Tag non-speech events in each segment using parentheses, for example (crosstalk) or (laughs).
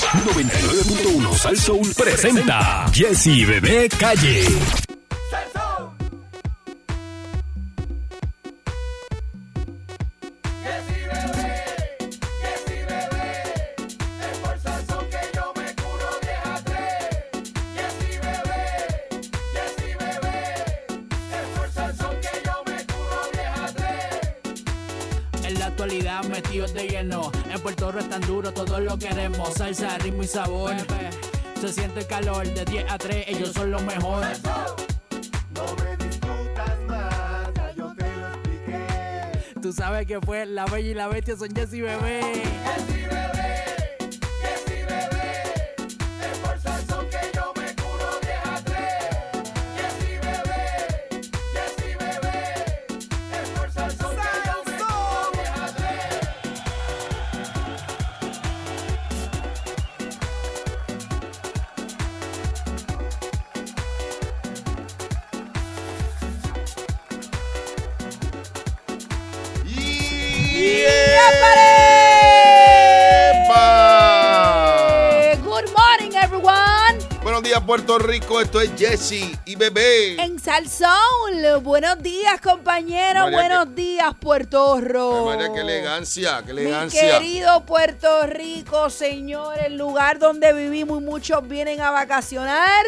99.1 Sal Soul presenta Jesse Bebé Calle. En la actualidad metidos de lleno. En Puerto Rico es tan duro, todos lo queremos. Salsa, ritmo y sabor. Se siente el calor de 10 a 3, ellos son los mejores. No me discutas más, ya yo te lo expliqué. Tú sabes que fue la bella y la bestia son Jessy Bebé. ¡Yepa! Eh, Good morning, everyone. Buenos días, Puerto Rico. Esto es Jesse y Bebé. En Salsón. Buenos días, compañeros. María, Buenos días, Puerto Ay, Rico. María, qué elegancia, qué Oh. Mi elegancia. querido Puerto Rico, señor, el lugar donde vivimos y muchos vienen a vacacionar.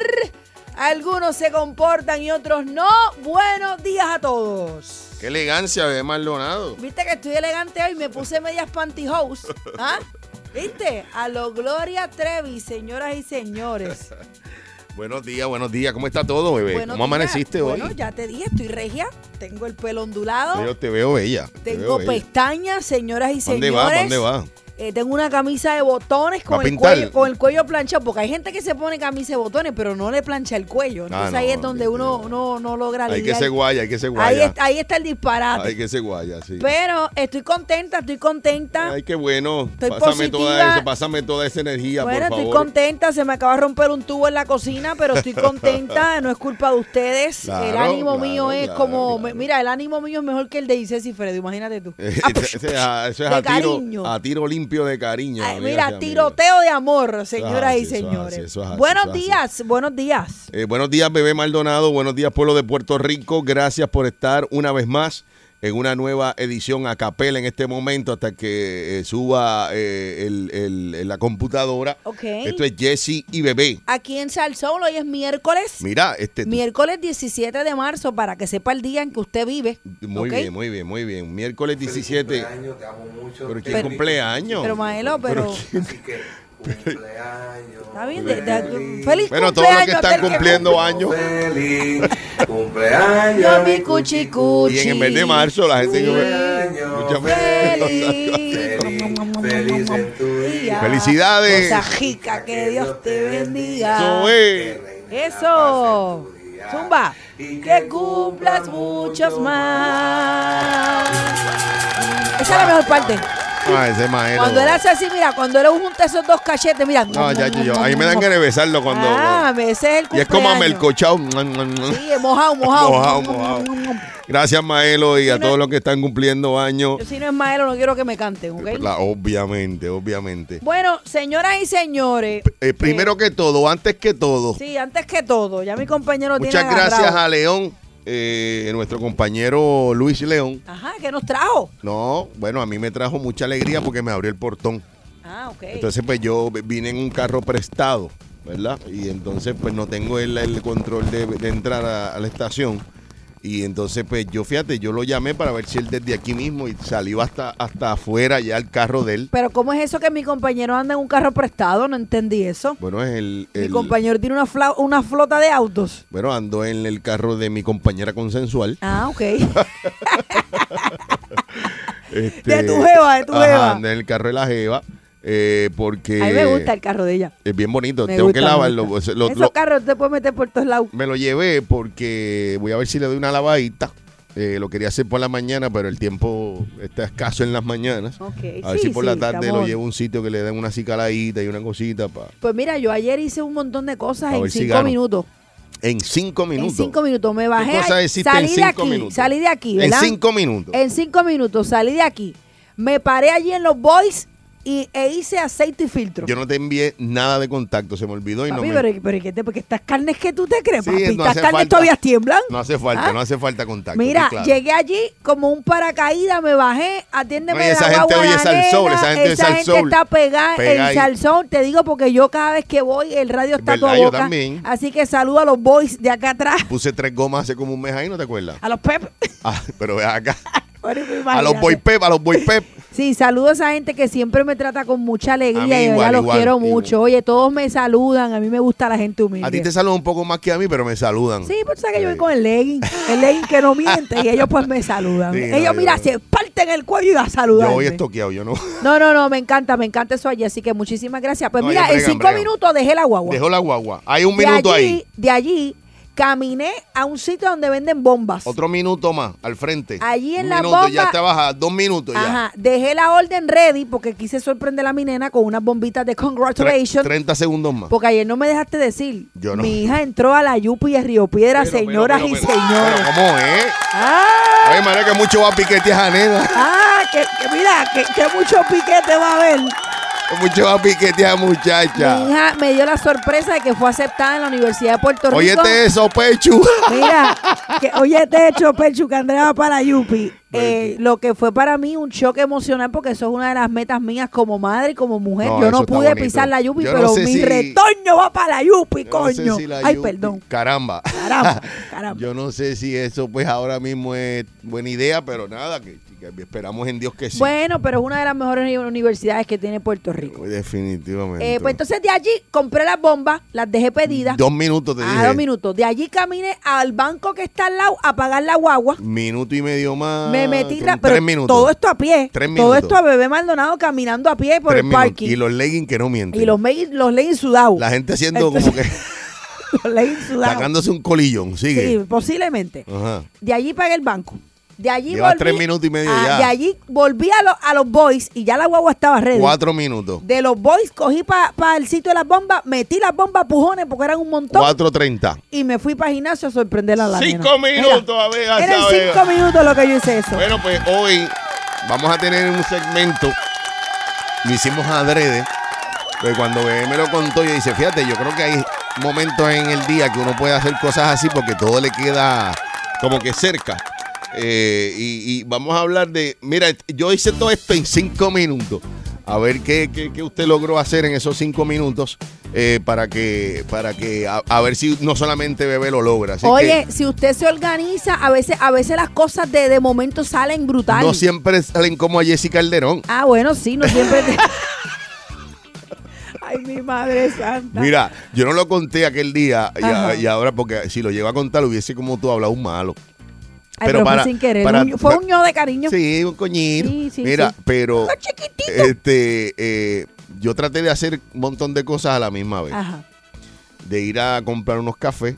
Algunos se comportan y otros no. Buenos días a todos. Qué elegancia, Bebé Maldonado. Viste que estoy elegante hoy, me puse medias pantyhose. (laughs) ¿Ah? ¿Viste? A lo Gloria Trevi, señoras y señores. Buenos días, buenos días. ¿Cómo está todo, bebé? Buenos Pues, ¿Cómo días. amaneciste Bueno, hoy? ya te dije, estoy regia, tengo el pelo ondulado, Yo te veo bella. te tengo veo bella. pestañas, señoras y ¿Dónde señores. va? ¿Dónde va? Eh, tengo una camisa de botones con ¿Va a el, pintar? cuello, con el cuello planchado, porque hay gente que se pone camisa de botones, pero no le plancha el cuello. Entonces Ah, no, ahí es donde sí, uno sí. no, no logra Hay que lidiar. ser guaya, hay que ser ahí, guaya. está, ahí está el disparate. Hay que ser guaya, sí. Pero estoy contenta, estoy contenta. Ay, qué bueno. Estoy pásame toda positiva. esa, pásame toda esa energía, bueno, por estoy favor. contenta, se me acaba de romper un tubo en la cocina, pero (laughs) estoy contenta, no es culpa de ustedes. el Claro, ánimo claro, mío es claro, como, claro. mira, el ánimo mío es mejor que el de Isis y Freddy, imagínate (laughs) tú. Ah, (laughs) Ese- ese- ah, Eso es de a tiro, cariño. a tiro limpio de cariño. Ay, amigas y mira, amigos. tiroteo de amor, señoras así, y eso es así, señores. eso es así, buenos eso es así. días, buenos días. Eh, buenos días, bebé Maldonado. Buenos días, pueblo de Puerto Rico. Gracias por estar una vez más en una nueva edición a capela en este momento hasta que eh, suba eh, el- el- el- la computadora. Ok. Esto es Jesse y bebé. Aquí en Salsón, hoy es miércoles, Mira, este. tú- miércoles 17 de marzo, para que sepa el día en que usted vive. muy ¿ok? bien, muy bien, muy bien. Miércoles 17. Cumpleaños, te amo mucho. Pero ¿quién Pero- cumpleaños? Pero Maelo, pero... Así que, cumpleaños. Está bien, de- de- feliz Bueno, cumpleaños. todos los que están aquel cumpliendo años. Feliz cumpleaños, Yo mi cuchi cuchi. Y en el mes de marzo, la gente. Muchas Feliz. (laughs) Feliz en tu día. Felicidades. Cosa rica, que Dios te bendiga. Eso es. Eso. Zumba. Que cumplas muchos más. Esa es la mejor parte. Ah, ese maestro. Cuando él hace así, mira, cuando él junta esos dos cachetes, mira. Mm. No, ya, yo, yo- ahí me dan ganas de besarlo cuando. Ah, ese es el cumpleaños. y es como a el cochao. Sí, mojado, mojado. (laughs) Mojado, mojado. Gracias, Maelo, y a todos los que están cumpliendo años. Yo si no es Maelo, no quiero que me canten, ¿ok? La- obviamente, obviamente. Bueno, señoras y señores. eh, Eh, primero que todo, antes que todo, Sí, antes que todo, ya mi compañero muchas tiene gracias agarrado. a León, eh, nuestro compañero Luis León. Ajá, que nos trajo. No, bueno, a mí me trajo mucha alegría porque me abrió el portón. Ah, ok. Entonces, pues yo vine en un carro prestado, ¿verdad? Y entonces, pues no tengo el, el control de, de entrar a, a la estación. Y entonces, pues yo, fíjate, yo lo llamé para ver si él desde aquí mismo y salió hasta, hasta afuera ya el carro de él. Pero ¿cómo es eso que mi compañero anda en un carro prestado? No entendí eso. Bueno, es el. Mi el- compañero tiene una, fla- una flota de autos. Bueno, ando en el carro de mi compañera consensual. Ah, (laughs) ok. Este, (laughs) de tu jeva, de tu ajá, jeva. ando en el carro de la jeva. eh, porque. A mí me gusta el carro de ella. Es bien bonito. Me Tengo gusta, que me lavarlo. gusta. pues, lo- Esos lo- carros te puedes meter por todos lados. me lo llevé porque voy a ver si le doy una lavadita. Eh, lo quería hacer por la mañana, pero el tiempo está escaso en las mañanas. Ok, A ver sí, si por sí, la tarde estamos- lo llevo a un sitio que le den una cicaladita y una cosita. pa- Pues mira, yo ayer hice un montón de cosas A en ver si cinco gano. minutos. En cinco minutos. En cinco minutos. Me ¿Qué bajé. cosas ahí, hiciste salí en de cinco aquí. minutos? Salí de aquí, En ¿verdad? cinco minutos. En cinco minutos salí de aquí. Me paré allí en los boys y, e hice aceite y filtro. Yo no te envié nada de contacto, se me olvidó y papi, no me... pero, pero ¿qué te- porque estas carnes que tú te crees, Sí, papi, no estas hace carnes falta. todavía tiemblan. No hace falta, ¿Ah? no hace falta contacto. Mira, estoy claro. llegué allí como un paracaídas, me bajé, atiéndeme No, y esa la gente guagua oye la salsoul, nena, esa gente oye salsoul. está pegada Pega en ahí. salsón, te digo porque yo cada vez que voy el radio está a tu verdad, yo boca. también. Así que saludo a los boys de acá atrás, Puse tres gomas hace como un mes ahí, ¿no te acuerdas? a los pep. Ah, (laughs) pero ve acá. (laughs) Bueno, pues A los imagínate. boy pep, a los boy (laughs) pep. Sí, saludo a esa gente que siempre me trata con mucha alegría A y mí de verdad igual, los igual, quiero igual. mucho. Oye, todos me saludan, a mí me gusta la gente humilde. A ti te saludan un poco más que a mí, pero me saludan. Sí, pues tú sabes que yo voy Sí. con el legging, el legging que no miente y ellos pues me saludan. Sí, no, ellos, yo- mira, se parten el cuello y a Yo saludar. voy estoqueado, yo no. No, no, no, me encanta, me encanta eso allí, así que muchísimas gracias. Pues No, mira, ellos en bregan, cinco bregan. minutos dejé la guagua. Dejó la guagua. Hay un de minuto allí, ahí. De allí caminé a un sitio donde venden bombas. Otro minuto más, al frente. Allí en un la minuto, bomba- ya está baja. Dos minutos ya. Ajá, dejé la orden ready porque quise sorprender a mi nena con unas bombitas de Tre- congratulations. 30 segundos más. Porque ayer no me dejaste decir. Yo no. Mi hija entró a la Yupi de Río Piedra, Pero, pero, señoras pero, y pero, señores. pero, ¿Cómo es? ¡Ah! Ay, María, que mucho va a piquetear a nena. ¡Ah! Que, que mira, que, que mucho piquete va a haber. Que mucho va a piquetear, Mi muchacha. hija me dio la sorpresa de que fue aceptada en la Universidad de Puerto Rico. Óyete eso, Pechu. (laughs) Mira, que hoy este hecho, Pechu, que Andrea va para Yupi. Eh, lo que fue para mí un choque emocional, porque eso es una de las metas mías como madre y como mujer. No, Yo eso no está pude bonito. pisar la Yupi, Yo no pero sé mi si- retoño va para la Yupi, Yo no coño. sé si la Ay, Yupi- perdón. Caramba. Caramba, caramba. (laughs) Yo no sé si eso, pues ahora mismo es buena idea, pero nada, que, que esperamos en Dios que sí. Bueno, pero es una de las mejores universidades que tiene Puerto Rico. Pues, Definitivamente. Eh, pues entonces de allí compré las bombas, las dejé pedidas. Dos minutos te Ah, dije. dos minutos. De allí caminé al banco que está al lado a pagar la guagua. Minuto y medio más. Me metí son la, pero Ah, tres minutos. todo esto a pie. Tres Todo minutos. esto a bebé Maldonado caminando a pie por Tres el minutos. parking. Y los leggings que no mienten. Y los leggings los leggings sudados. La gente haciendo como que (laughs) los leggings sudados. sacándose un colillón. Sí, Sigue. posiblemente. Ajá. De allí pagué el banco. De allí Llevas volví. Ah. tres minutos y medio a- ya. De allí volví a, los a los boys y ya la guagua estaba ready. Cuatro minutos. De los boys cogí para el sitio de las bombas, metí las bombas a pujones porque eran un montón. Cuatro treinta. Y me fui para gimnasio a sorprender a la Cinco nena. minutos, Mira, a ver, a Eran saber. cinco minutos lo que yo hice eso. Bueno, pues hoy vamos a tener un segmento. Lo hicimos adrede. Pues cuando Bebé me lo contó, yo dice, fíjate, yo creo que hay momentos en el día que uno puede hacer cosas así porque todo le queda como que cerca. Eh, y, y vamos a hablar de, mira, yo hice todo esto en cinco minutos. A ver qué, qué- qué usted logró hacer en esos cinco minutos eh, para que, para que a, a ver si no solamente Bebé lo logra. Así Oye, que si usted se organiza, a veces, a veces las cosas de, de momento salen brutales. no siempre salen como a Jessica Calderón. Ah, bueno, sí, no siempre. te- Ay, mi madre santa. Mira, yo no lo conté aquel día y, a- Ajá. y ahora porque si lo llevo a contar hubiese como tú hablado un malo. Ay, pero pero, fue para- sin querer. para- un- fue un ño de cariño. Sí, un coñito. Sí, sí, Mira, sí. pero Fue chiquitito. este, eh, yo traté de hacer un montón de cosas a la misma vez. Ajá. De ir a comprar unos cafés,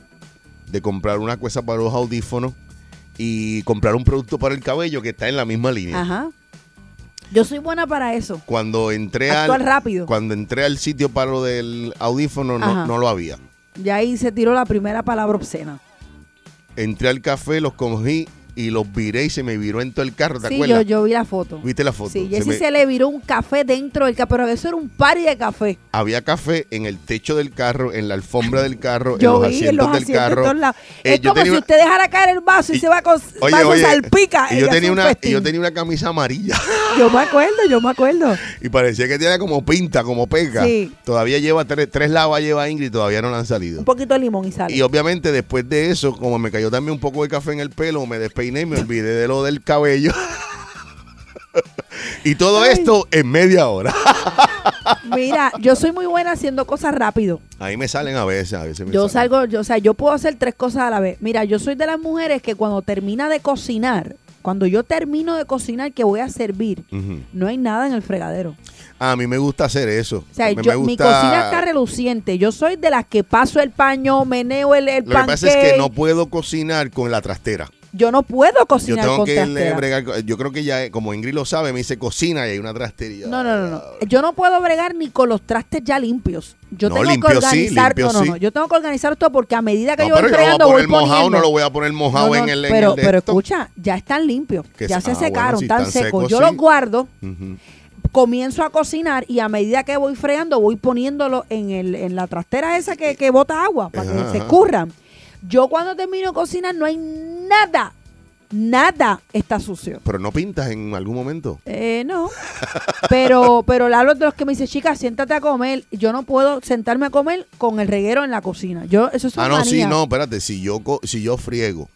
de comprar una cosa para los audífonos y comprar un producto para el cabello que está en la misma línea. Ajá. Yo soy buena para eso. Cuando entré Actuar al rápido. cuando entré al sitio para lo del audífono Ajá. no, no lo había. Y ahí se tiró la primera palabra obscena. Entré al café, los cogí y los viré y se me viró en todo el carro, ¿te Sí, acuerdas? yo, yo vi la foto. ¿Viste la foto? Sí, Se Jessy se, me- le viró un café dentro del café, pero eso era un par de café. Había café en el techo del carro, en la alfombra del carro, en Yo los vi en los asientos del asientos de carro. todos lados. Eh, es como si tenía usted dejara caer el vaso y, y- se va con Oye, vaso oye, salpica. y y yo hace tenía un una, y festín. yo tenía una camisa amarilla (laughs) Yo me acuerdo, yo me acuerdo. y parecía que tenía como pinta, como pega. Sí. Todavía lleva tres, tres lavas lleva Ingrid, todavía no la han salido. Un poquito de limón y sal. Y obviamente después de eso, como me cayó también un poco de café en el pelo, me despeiné y me olvidé de lo del cabello. (laughs) y todo Ay. esto en media hora. (laughs) (laughs) Mira, yo soy muy buena haciendo cosas rápido. Ahí me salen a veces, a veces me Yo salen. salgo, yo, o sea, yo puedo hacer tres cosas a la vez. Mira, yo soy de las mujeres que cuando termina de cocinar, cuando yo termino de cocinar que voy a servir, Ujú. no hay nada en el fregadero. A mí me gusta hacer eso. O sea, me, yo- me mi gusta- cocina está reluciente. Yo soy de las que paso el paño, meneo el, el Lo que pasa es que pancake. no puedo cocinar con la trastera. Yo no puedo Yo cocinar tengo con que trastera. eh, bregar. con- Yo creo que ya, eh, como Ingrid lo sabe, me dice cocina y hay una trastería. No, no, no, no. Yo no puedo bregar ni con los trastes ya limpios. Yo No, tengo que limpio sí, organizar. limpio no, no, no. sí. Yo tengo que organizar todo porque a medida que No, yo voy pero yo no voy a fregando voy poner mojado, poniendo. no lo voy a poner mojado No, no, en el. en pero, el de pero esto. escucha, ya están limpios, Que ya se- se ah, bueno, secaron, si están están secos. secos, Yo sí. los guardo Ujú. comienzo a cocinar y a medida que voy freando voy poniéndolo en, el, en la trastera esa que, que bota agua para que Ajá, se ajá. escurra. Yo cuando termino de cocinar no hay nada, nada está sucio. Pero no pintas en algún momento. Eh, no, pero (laughs) pero Lalo es de los que me dice, chica, siéntate a comer. Yo no puedo sentarme a comer con el reguero en la cocina. Yo eso es una Ah, no, sí, manía. no, espérate. Si yo, co- si yo friego,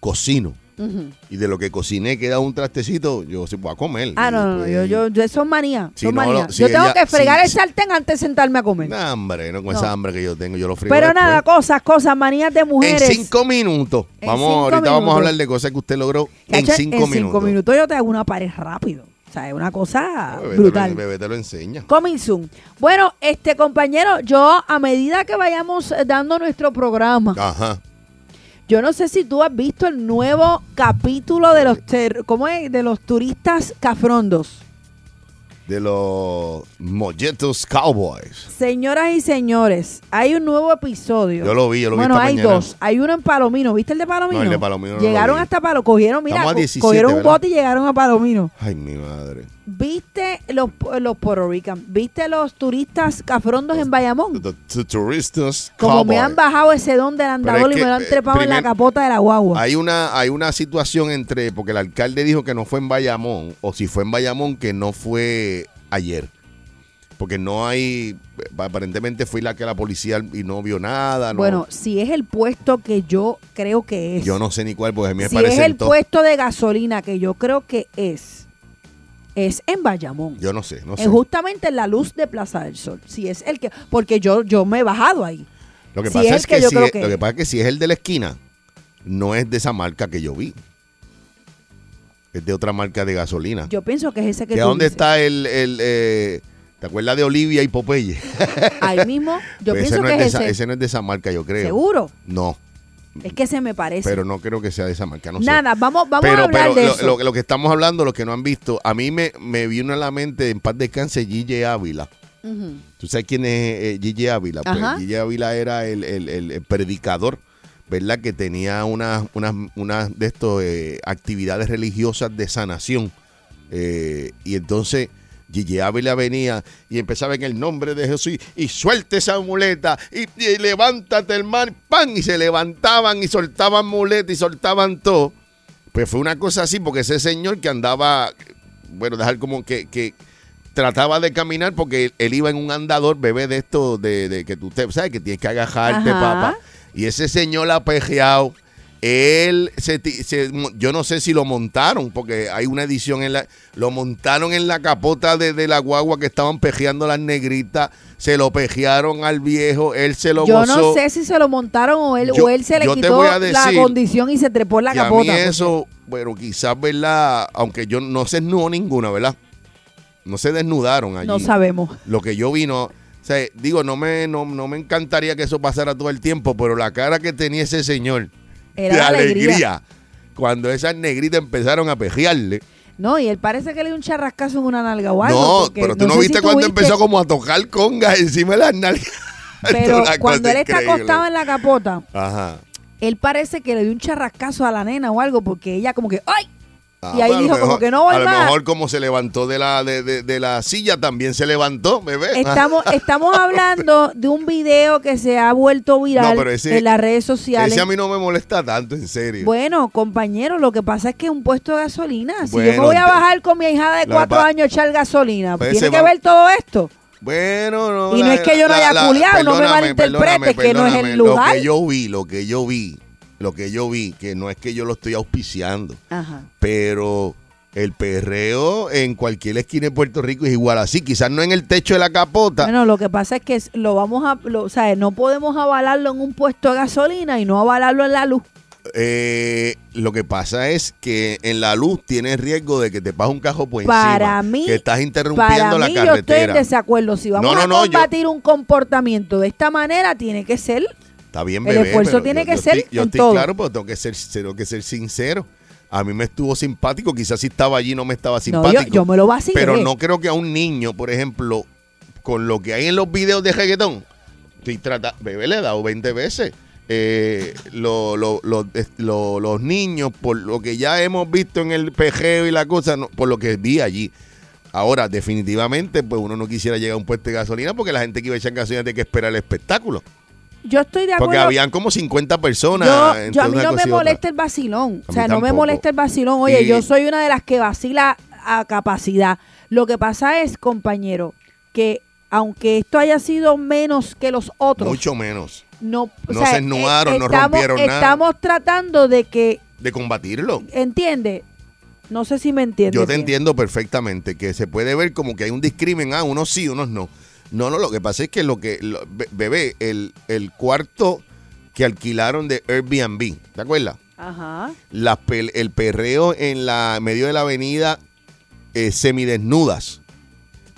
cocino, Ujú. y de lo que cociné queda un trastecito, yo sí voy a comer. Ah, no, no, no, Pues, yo, yo, yo- eso es manía. Si son no, no, manía. si yo tengo ella- que fregar si- el sartén antes de sentarme a comer. No, hombre, no con No. esa hambre que yo tengo, yo lo friego. Pero después. nada, cosas, cosas, manías de En mujeres. cinco minutos. En vamos, cinco ahorita vamos minutos. a hablar de cosas que usted logró en Cacho, cinco minutos. Ah, yo te hago una pared rápido. O sea, es una cosa Bebé, te lo- brutal. bebé te lo enseña. Coming soon. Bueno, este compañero, yo a medida que vayamos eh, dando nuestro programa, Ajá. yo no sé si tú has visto el nuevo capítulo de los ter- ¿cómo es? de los turistas cafrondos. De los Molletos Cowboys. Señoras y señores, hay un nuevo episodio. Yo lo vi, yo lo vi bueno, esta hay mañana. dos. Hay uno en Palomino. ¿Viste el de Palomino? No, el de Palomino no lo Llegaron vi. hasta Palomino. Cogieron, mira, Estamos a co- 17, cogieron un ¿verdad? bote y llegaron a Palomino. Ay, mi madre. ¿Viste los, los Puerto Rican? ¿Viste los turistas cafrondos en Bayamón? The, the Turistas Como me Cowboys. han bajado ese don del andador es y que, me lo han eh, trepado en la primer- capota de la guagua. Hay una, hay una situación entre, porque el alcalde dijo que no fue en Bayamón, o si fue en Bayamón, que no fue ayer. Porque no hay, aparentemente fui la que la policía y no vio nada. no- Bueno, si es el puesto que yo creo que es. yo no sé ni cuál, porque a mí me si es parece el puesto de gasolina que yo creo que es, es en Bayamón. Yo no sé, no Es sé. justamente en la luz de Plaza del Sol. Si es el que, porque yo, yo me he bajado ahí. Lo que si pasa es es, el que, que yo si creo es- que lo que es. pasa es que si es el de la esquina, no es de esa marca que yo vi. Es de otra marca de gasolina. Yo pienso que es ese que ¿De tú dónde dices. está el, el, eh, ¿te acuerdas de Olivia y Popeye? Ahí mismo, yo Pues ese pienso no que es de es esa- ese. ese no es de esa marca, yo creo. Seguro. No. Es que se me parece. Pero no creo que sea de esa marca, no sé. Nada, vamos, vamos pero, a hablar pero de lo, eso. lo- lo que estamos hablando, los que no han visto, a mí me, me vino a la mente en paz descanse Gille Ávila. Ujú. ¿Tú sabes quién es eh, Gigi Ávila? Pues Ajá. Gigi Ávila era el, el- el- el predicador, ¿verdad? Que tenía unas unas unas de estos eh, actividades religiosas de sanación. Eh, y entonces Gigi Ávila venía y empezaba en el nombre de Jesús y, y suelte esa muleta y, y levántate el mar, pan. Y se levantaban y soltaban muleta y soltaban todo. Pues fue una cosa así, porque ese señor que andaba, bueno, dejar como que, que trataba de caminar porque él, él iba en un andador bebé de esto, de, de que tú te, sabes que tienes que agajarte, Ajá. papá. Y ese señor apejeado, él, se, ti- se mo- yo no sé si lo montaron, porque hay una edición en la, lo montaron en la capota de, de la guagua que estaban pejeando las negritas, se lo pejearon al viejo, él se lo Yo gozó. no sé si se lo montaron o él, Yo- o él se le yo te quitó voy a la decir condición y se trepó en la Y a capota. mí eso, bueno, quizás, ¿verdad? Aunque yo no se desnudó ninguna, ¿verdad? No se desnudaron allí. no sabemos. Lo que yo vi, no. O sea, digo, no me, no, no me encantaría que eso pasara todo el tiempo, pero la cara que tenía ese señor Era de la alegría. cuando esas negritas empezaron a pejearle. No, y él parece que le dio un charrascazo en una nalga o algo. No, porque pero tú sé no, si viste cuando viste, empezó como a tocar congas encima de las nalgas. (laughs) Pero Una cosa cuando él está increíble. acostado en la capota, Ajá. él parece que le dio un charrascazo a la nena o algo porque ella como que ¡ay! Ah, Y ahí pues, a lo dijo como mejor- que no voy A lo más. mejor como se levantó de la, de, de- de la silla, también se levantó, bebé. Ah, (laughs) Estamos, estamos hablando de un video que se ha vuelto viral pero ese- en las redes sociales. Ese a mí no me molesta tanto, en serio. Bueno, compañero, lo que pasa es que es un puesto de gasolina. Si yo me Bueno, voy a te- bajar con mi hijada de lo que cuatro pa- años a echar gasolina, Pues tiene ese que va- ver todo esto. Bueno, no. Y no es que yo no haya culiao, no me perdóname, malinterpretes, perdóname, que no es el perdóname. lugar. Lo que yo vi, lo que yo vi, lo que yo vi, que no es que yo lo estoy auspiciando, Ajá. pero el perreo en cualquier esquina de Puerto Rico es igual así. Quizás no en el techo de la capota. Bueno, lo que pasa es que es- lo vamos a, lo- o sea, no podemos avalarlo en un puesto de gasolina y no avalarlo en la luz. Eh, lo que pasa es que en la luz tienes riesgo de que te pase un cajo por Para encima, mí- que estás interrumpiendo Para la mí yo estoy en carretera. desacuerdo. Si vamos No, no, a no, yo- combatir un comportamiento de esta manera, tiene que ser Está bien, El bebé. esfuerzo pero tiene yo- que yo ser estoy- yo en estoy todo. claro, pero tengo que ser, tengo que ser sincero. A mí me estuvo simpático, quizás si estaba allí no me estaba No, yo- simpático. yo me lo vacilé. Pero no creo que a un niño, por ejemplo, con lo que hay en los videos de reggaetón, estoy trata- bebé le he dado 20 veces. Eh, lo- lo- lo- es- lo- los niños, por lo que ya hemos visto en el pejeo y la cosa, no, por lo que vi allí, Ahora, definitivamente, pues uno no quisiera llegar a un puesto de gasolina porque la gente que iba a echar gasolina tiene que esperar el espectáculo. Yo estoy de acuerdo. Porque habían como 50 personas. Yo, entre yo a mí una no cosa me y otra. molesta el vacilón. A O sea, mí no me tampoco. molesta el vacilón. Oye, Y- yo soy una de las que vacila a capacidad. Lo que pasa es, compañero, que aunque esto haya sido menos que los otros, Mucho menos. no, o No sea, e, se ennudaron, no estamos- rompieron nada. Estamos tratando de que, De combatirlo. ¿entiende? No sé si me entiendes. Yo te bien. entiendo perfectamente que se puede ver como que hay un discrimen, ah, unos sí, unos no. No, no, lo que pasa es que lo que, lo- be- bebé, el, el cuarto que alquilaron de Airbnb, ¿te acuerdas? Ajá. Las pel- el perreo en la en medio de la avenida eh, semidesnudas,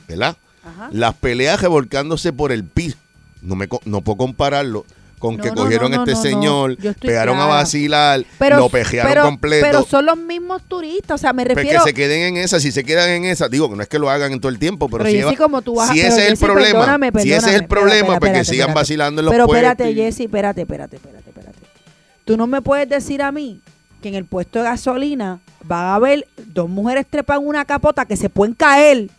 ¿verdad? Ajá. Las peleas revolcándose por el piso. No, me, co- no puedo compararlo con No, que no, cogieron no, a este no, no. señor, Yo estoy pegaron a clara. vacilar, Pero, lo pejearon pero- completo. Pero son los mismos turistas. O sea, me Pues refiero. que se queden en esa, si se quedan en esa, digo que no es que lo hagan en todo el tiempo, pero, Pero si, Jessy, lleva- como tú vas a- si pero ese es el Jessy, problema, perdóname, si ese es el perdóname, problema, espérate, pues que espérate, sigan espérate. vacilando en los Pero puertos espérate, y- Jessy, espérate, espérate, espérate, espérate. Tú no me puedes decir a mí que en el puesto de gasolina va a haber dos mujeres trepan una capota que se pueden caer.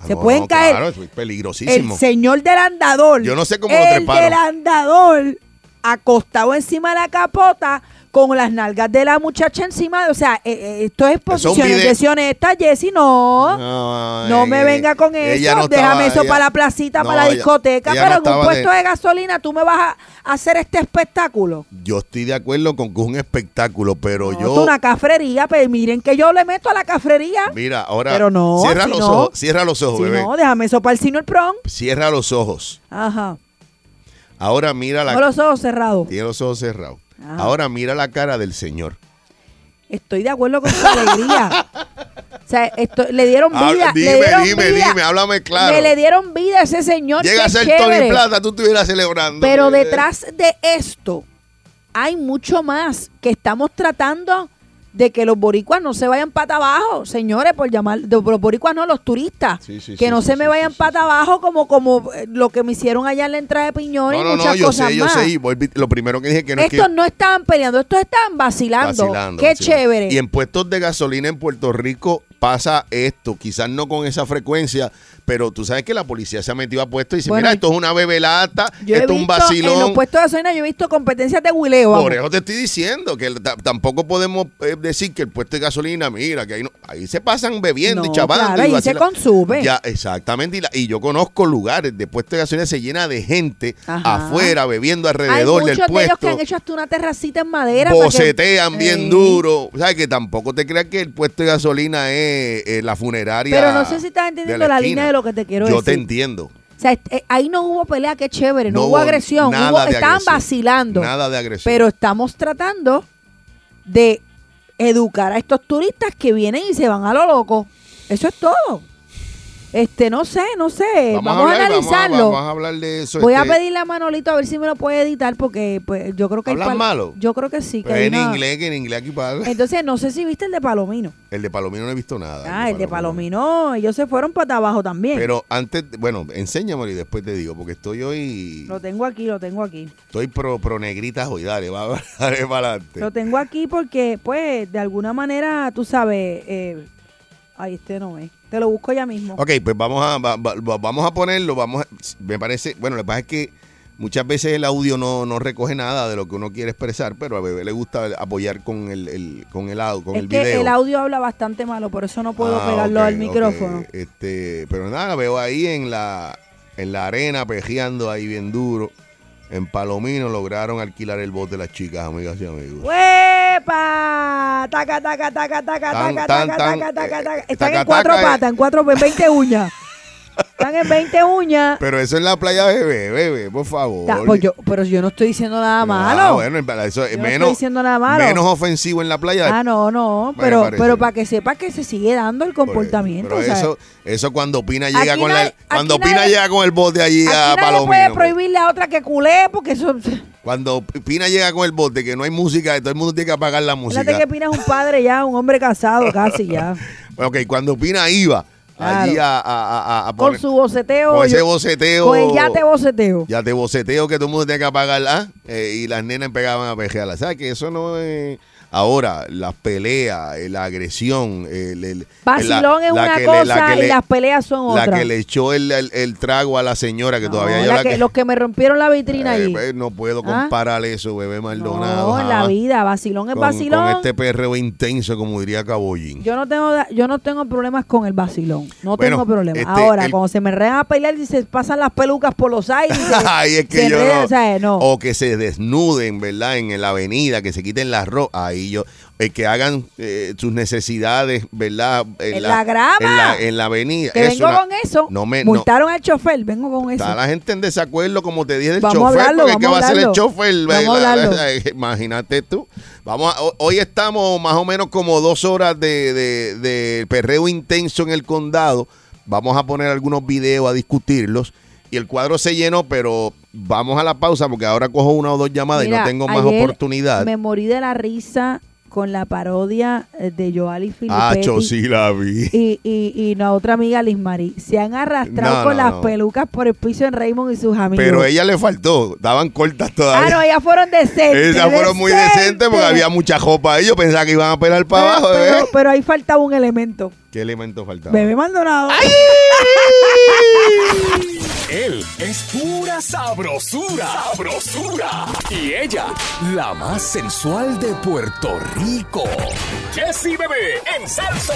Ah, se no, pueden caer. Claro, eso es El peligrosísimo. señor del andador. Yo no sé cómo lo El treparon. del andador acostado encima de la capota con las nalgas de la muchacha encima. de- O sea, eh, eh, esto es un posiciones video. de sioneta, Jessy, no. No me eh, venga con eso, ella no estaba- déjame eso ella- para la placita, No, para la ella- discoteca, ella pero no en un estaba puesto de... gasolina tú me vas a hacer este espectáculo. Yo estoy de acuerdo con que es un espectáculo, pero No, yo... esto es una cafrería, pero miren que yo le meto a la cafrería. Mira, ahora... Pero no, cierra si los no- ojos, cierra los ojos, Si bebé. no, déjame eso para el sino el prom. Cierra los ojos. Ajá. Ahora mira la... Con los ojos cerrados. Tiene los ojos cerrados. Ajá. Ahora mira la cara del señor. Estoy de acuerdo con su alegría. O sea, esto, le dieron vida. Habla- le dime, dieron dime, vida. dime, háblame claro. Le, le dieron vida a ese señor. Llega a qué ser chévere. Tony Plata, tú estuvieras celebrando. Pero bebé. detrás de esto hay mucho más que estamos tratando de que los boricuas no se vayan pata abajo, señores, por llamar, de- los boricuas no, los turistas, Sí, sí, que sí, no sí, se sí, me sí, vayan sí, pata abajo como como eh, lo que me hicieron allá en la entrada de Piñón No, y no, muchas no, yo cosas sé, yo más. sé. y volví- lo primero que dije que no es que. estos no estaban peleando, estos estaban vacilando. vacilando, Qué vacilando. chévere. Y en puestos de gasolina en Puerto Rico pasa esto, quizás no con esa frecuencia, pero tú sabes que la policía se ha metido a puestos y dice, Bueno, mira, esto es una bebelata, yo he visto esto es un en los vacilón. puestos de gasolina yo he visto competencias de huileo. vamos. Por eso te estoy diciendo que el- ta- tampoco podemos eh, decir que el puesto de gasolina, mira, que ahí, no- ahí se pasan bebiendo No, y chavando. claro, y ahí se vacilando. consume. Ya, exactamente. Y, la- y yo conozco lugares de puestos de gasolina se llena de gente Ajá. afuera bebiendo Hay alrededor muchos del de ellos puesto. que han hecho pues, hasta una terracita en madera. para que- bocetean bien Ey. duro. O sea, que tampoco te creas que el puesto de gasolina es eh, la funeraria. Pero no sé si estás de entendiendo la esquina. línea de lo que te quiero Yo te decir. entiendo. O sea, este- eh, ahí no hubo pelea, qué chévere, no, No hubo hubo agresión, nada hubo- de estaban agresión, vacilando. Nada de agresión. Pero estamos tratando de educar a estos turistas que vienen y se van a lo loco. Eso es todo. Este, no sé, no sé. Vamos, a, hablar, vamos a- analizarlo. Vamos a, hablar de eso. Voy este, a pedirle a Manolito a ver si me lo puede editar porque pues, yo creo que... hay ¿Hablas pal- malo? Yo creo que sí. Que pues, hay en una- inglés, que en inglés aquí para. Entonces, no sé si viste el de Palomino. El de Palomino no he visto nada. Ah, el de Palomino. Ellos se fueron para abajo también. Pero antes, bueno, enséñamelo y después te digo, porque estoy hoy. Lo tengo aquí, lo tengo aquí. Estoy pro, pro negritas hoy. Dale, va, (laughs) dale para adelante. Lo tengo aquí porque, pues, de alguna manera, tú sabes, eh, ay, este no es. Te lo busco ya mismo. Ok, pues vamos a, va- va- va- vamos a ponerlo, vamos a- me parece, bueno, lo que pasa es que muchas veces el audio no, no recoge nada de lo que uno quiere expresar, pero a Bebé le gusta apoyar con el, el- con el audio, con es el que video. el audio habla bastante malo, por eso no puedo Ah, pegarlo ok, al micrófono. ok. Este, pero nada, veo ahí en la en la arena pejeando ahí bien duro. En Palomino lograron alquilar el bote las chicas, amigas y amigos. ¡Huepa! Taca, taca, taca, taca, Tan, taca, tan, taca, tan, taca, taca, eh, taca. Están taca, en cuatro taca, eh. patas, en cuatro, en 20 (laughs) uñas. Están en 20 uñas. Pero eso en la playa, bebé, bebé, por favor. Ta- pues yo- pero yo no estoy diciendo nada malo. Ah, bueno, eso es Yo no menos, estoy diciendo nada malo. menos ofensivo en la playa. Ah, no, no, Me pero, parece. pero para que sepas que se sigue dando el Por eso, comportamiento. pero o sea, eso, eso cuando Pina llega Aquí con nadie- la, cuando aquí Pina nadie- llega con el bote allí a Aquí nadie Palomino. puede pues. prohibirle a otra que culé porque eso... (laughs) Cuando Pina llega con el bote que no hay música, todo el mundo tiene que apagar la música. Fíjate que Pina es un padre ya, un hombre casado casi (laughs) ya. Ok, cuando Pina iba allí Claro. a, a- a- a- a Con poner- su boceteo. con ese yo- boceteo. Con el yate boceteo. ya te boceteo que todo el mundo tiene que apagar ¿ah? Eh, y las nenas pegaban a pejearla. ¿Sabes que eso no es Ahora, las peleas, eh, la agresión, el, el- Vacilón la- es la una que le- la cosa que y le- las peleas son la otra. que le echó el, el- el trago a la señora, que todavía No, yo la que- Los que me rompieron la vitrina Eh, allí. pues, no puedo ¿Ah? comparar eso, bebé Maldonado. No, en la jamás. vida, vacilón es Con, vacilón. con este perreo intenso, como diría Cabollín. Yo no tengo yo no tengo problemas con el vacilón. No Bueno, tengo problemas. este, Ahora, el- cuando se me regan a pelear y se pasan las pelucas por los aires. y se- (laughs) Ay, es que se yo enredan, no. o sea, no. O que se desnuden, ¿verdad? En la avenida, que se quiten la ropa. Ahí yo. eh, que hagan eh, sus necesidades, ¿verdad? En la grama. En la, en la avenida. que Es vengo una- con eso. No me. no- Multaron al chofer, vengo con eso. Está la gente en desacuerdo, como te dije, del Vamos a chofer, hablarlo, porque ¿qué vamos va a a hacer el hablarlo. chofer? Vamos a hablarlo. eh, Imagínate tú. Vamos a- ho- hoy estamos más o menos como dos horas de, de- de perreo intenso en el condado. Vamos a poner algunos videos a discutirlos. Y el cuadro se llenó, pero vamos a la pausa porque ahora cojo una o dos llamadas y Mira, no tengo más ayer oportunidad. Me morí de la risa con la parodia eh, de Joali Ah, Filippetti. cho, sí la vi. y, y, y la otra amiga Liz Marie se han arrastrado No, con no, las no. pelucas por el piso en Raymond y sus amigos. Pero ella le faltó, estaban cortas ah, todavía. no, ellas fueron decentes. Esas fueron muy decentes porque había mucha jopa ahí. Yo pensaba que iban a pelar para Pero- abajo, Ah, ¿eh? pero, bebé. pero ahí faltaba un elemento. ¿Qué elemento faltaba? Bebé Maldonado. Él es pura sabrosura. Sabrosura. Y ella, la más sensual de Puerto Rico. Jessie Bebé en Salso.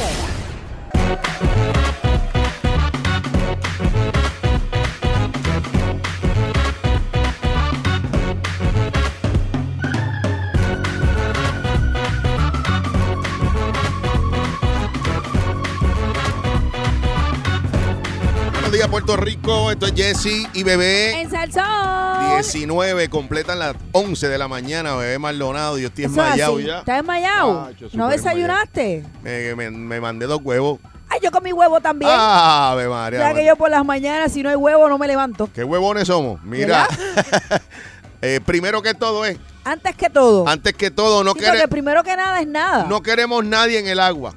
Buenos días, Puerto Rico. Esto es Jesse y Bebé. En Salsón. 19 completan las 11 de la mañana. Bebé Maldonado. Yo estoy Eso enmayado es así. ya. ¿Estás enmayado? Ah, yo ¿No súper desayunaste? Me, me- me mandé dos huevos. Ay, yo comí huevo también. Ah, Ave ya María. que yo por las mañanas, si no hay huevo, no me levanto. ¿Qué huevones somos? Mira. (laughs) Eh, primero que todo es, Antes que todo. antes que todo, no, Sí, quere- porque primero que nada es nada. no queremos nadie en el agua.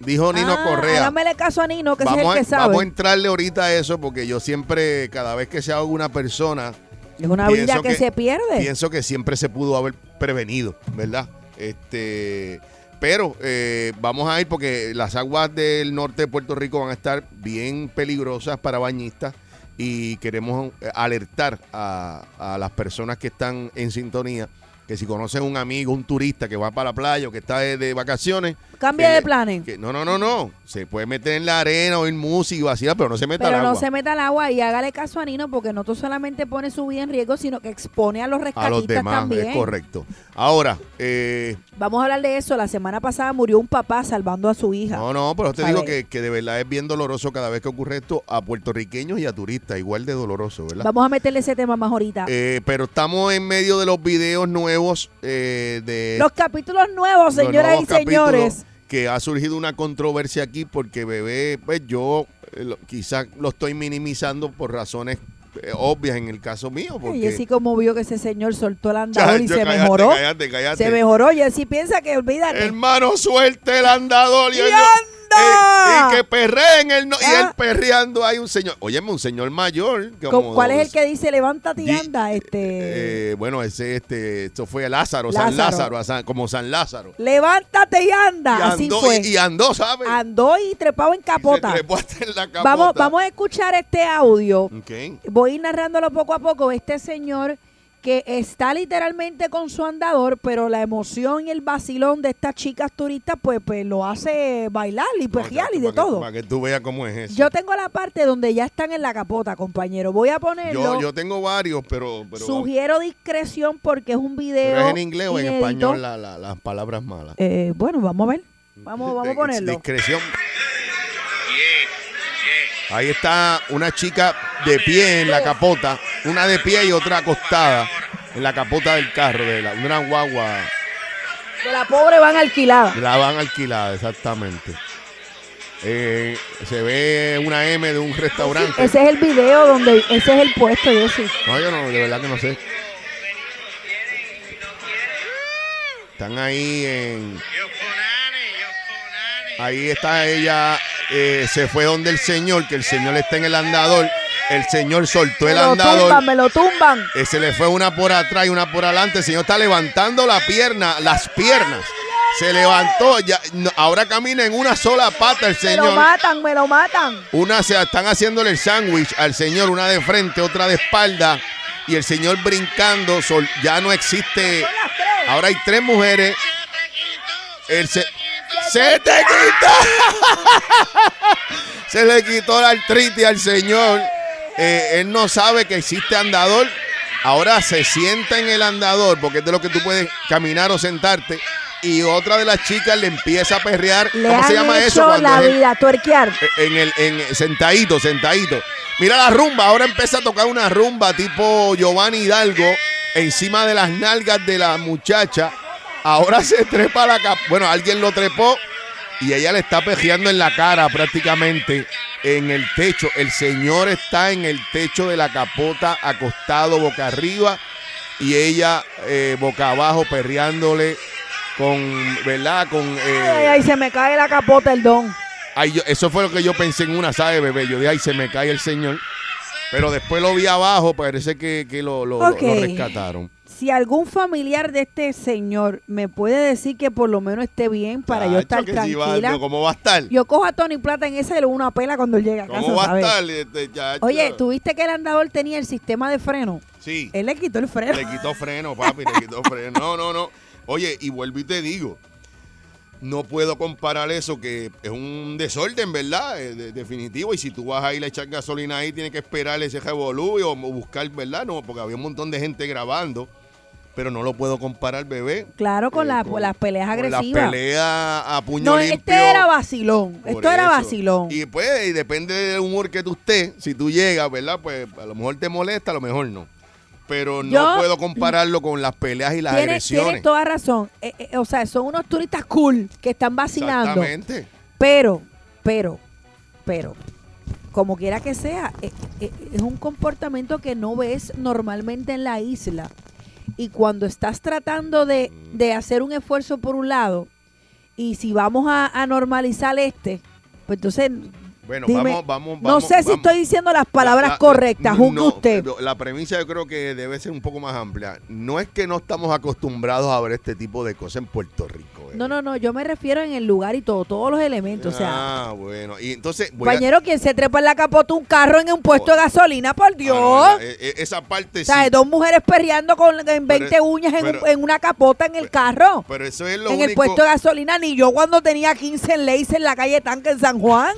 Dijo Nino Ah, Correa. Hágamele caso a Nino, que ese es el Vamos que a, sabe. vamos a entrarle ahorita a eso porque yo siempre, cada vez que se hago una persona, Es una Pienso vida que, que- se pierde. pienso que siempre se pudo haber prevenido, ¿verdad? Este, pero eh, vamos a ir porque las aguas del norte de Puerto Rico van a estar bien peligrosas para bañistas y queremos eh, alertar a, a las personas que están en sintonía que si conocen un amigo, un turista que va para la playa o que está de, de vacaciones. Cambia que de le- planes. que- no, no, no, no. Se puede meter en la arena, oír música y vacilar, pero no se meta Pero al no agua. se meta al agua y hágale caso a Nino, porque no tú solamente pone su vida en riesgo, sino que expone a los rescatistas a los demás, también. es correcto. Ahora, eh, Vamos a hablar de eso. La semana pasada murió un papá salvando a su hija. No, no, pero te ¿Sabes? digo que, que de verdad es bien doloroso cada vez que ocurre esto a puertorriqueños y a turistas, igual de doloroso, ¿verdad? Vamos a meterle ese tema más ahorita. Eh, pero estamos en medio de los videos nuevos eh, de los capítulos nuevos, los señoras nuevos y señores. capítulos, que ha surgido una controversia aquí porque bebé, pues yo eh, lo- quizás lo estoy minimizando por razones eh, obvias en el caso mío, Y porque Jessy como vio que ese señor soltó el (laughs) Ya, andador y yo- se cállate, mejoró. cállate, cállate. Se mejoró. Jessy piensa que olvídate. Hermano, suelte el andador. ¡Y el- anda! eh, y que perreen. El no- Y Ah. él perreando. Hay un señor. Óyeme, un señor mayor. que ¿Con- como ¿Cuál es el dos- que dice levántate y Di- anda? Este, eh, bueno, ese, este, esto fue Lázaro, San Lázaro. Lázaro, a San- como San Lázaro. levántate y anda. Y Así andó, fue. y, y andó, ¿sabes? andó y trepado en Y se capota. trepó hasta en la capota. Mm. Vamos, vamos a escuchar este audio. Ok. Voy a ir narrándolo poco a poco. Este señor que está literalmente con su andador, pero la emoción y el vacilón de estas chicas turistas, pues, pues lo hace bailar y pejear Para y que- de para que- todo. Para que tú veas cómo es eso. Yo tengo la parte donde ya están en la capota, compañero. Voy a ponerlo. yo, yo tengo varios, pero. pero Sugiero discreción porque es un video. pero es en inglés o en inédito. español la- la- las palabras malas. Eh, bueno, vamos a ver. Vamos, vamos a Eh, ponerlo. Discreción. Ahí está una chica de pie en la capota, una de pie y otra acostada en la capota del carro, de la, una guagua, Que la pobre van alquilada. la van alquilada exactamente. Eh, se ve una M de un restaurante. Ese es el video donde. Ese es el puesto, Jessy. No, yo no, de verdad que no sé. Están ahí en... Ahí está ella, eh, se fue donde el señor, que el señor está en el andador. El señor soltó Me el lo tumban, andador. me lo tumban. eh, se le fue una por atrás y una por adelante. El señor está levantando la pierna, las piernas. Se levantó, ya, no, ahora camina en una sola pata el Me lo señor. matan, me lo matan. Una se están haciéndole el sándwich al señor, una de frente, otra de espalda, y el señor brincando, sol- ya no existe. Son las tres. Ahora hay tres mujeres. El se, ¡Se te quitó. (laughs) se le quitó la artritis al señor. Eh, él no sabe que existe andador. Ahora se sienta en el andador porque es de lo que tú puedes caminar o sentarte. Y otra de las chicas le empieza a perrear. Le ¿Cómo han se llama hecho eso? Cuando Eh. la es el- vida, tuerquear. en el en sentadito, sentadito. Mira la rumba, ahora empieza a tocar una rumba tipo Giovanni Hidalgo encima de las nalgas de la muchacha. Ahora se trepa la cap, bueno, alguien lo trepó y ella le está pejeando en la cara prácticamente en el techo. El señor está en el techo de la capota acostado boca arriba y ella eh, boca abajo perreándole con, ¿verdad? Con eh, Ay, ay, se me cae la capota el don. Ay, yo- eso fue lo que yo pensé en una, ¿sabes, bebé? Yo dije, ay, se me cae el señor. Pero después lo vi abajo, parece que, que lo, lo- lo- lo Ok. rescataron. Si algún familiar de este señor me puede decir que por lo menos esté bien para yo Chacho, estar que si va- tranquila, no, ¿Cómo va a estar? yo cojo a Tony Plata en ese y le doy una pela cuando él llegue a casa. ¿Cómo va a ¿sabes? estar? este, chacho? Oye, ¿tuviste que el andador tenía el sistema de freno? Sí, Él le quitó el freno. le quitó freno, papi, le quitó freno. No, no, no. Oye, y vuelvo y te digo, no puedo comparar eso, que es un desorden, ¿verdad? Eh, de- definitivo. Y si tú vas a ir a echar gasolina ahí, tienes que esperar ese revolú o buscar, ¿verdad? No, porque había un montón de gente grabando. Pero no lo puedo comparar, bebé. Claro, con, Eh, la- con- con las peleas Con agresivas. La pelea a puño no, limpio. este era vacilón. Por Esto era eso. vacilón. Y pues, y depende del humor que tú estés. Si tú llegas, ¿verdad? Pues a lo mejor te molesta, a lo mejor no. Pero no Yo- puedo compararlo con las peleas y las Tienes, tienes agresiones. toda razón. Eh, eh, o sea, son unos turistas cool que están vacilando. Exactamente. Pero, pero, pero, como quiera que sea, eh, eh, es un comportamiento que no ves normalmente en la isla. Y cuando estás tratando de, de hacer un esfuerzo por un lado, y si vamos a, a normalizar este, pues entonces, Bueno, dime, vamos, vamos, no vamos. sé si vamos. estoy diciendo las palabras La- la- correctas, no, juzgue usted. pero La premisa yo creo que debe ser un poco más amplia. No es que no estamos acostumbrados a ver este tipo de cosas en Puerto Rico. bebé. No, no, no, yo me refiero en el lugar y todo, todos los elementos, o sea... Ah, bueno. Y entonces. voy a- Ah, Compañero, quien se trepa en la capota un carro en un puesto de gasolina, por Dios. Ah, no, eh, eh, esa parte O sea, sí. dos mujeres perreando con, en 20 Pero- uñas en, un- pero- en una capota en el carro. Pero eso es lo En el único. puesto de gasolina, ni yo cuando tenía 15 en Leis en la calle Tanque en San (laughs) Juan.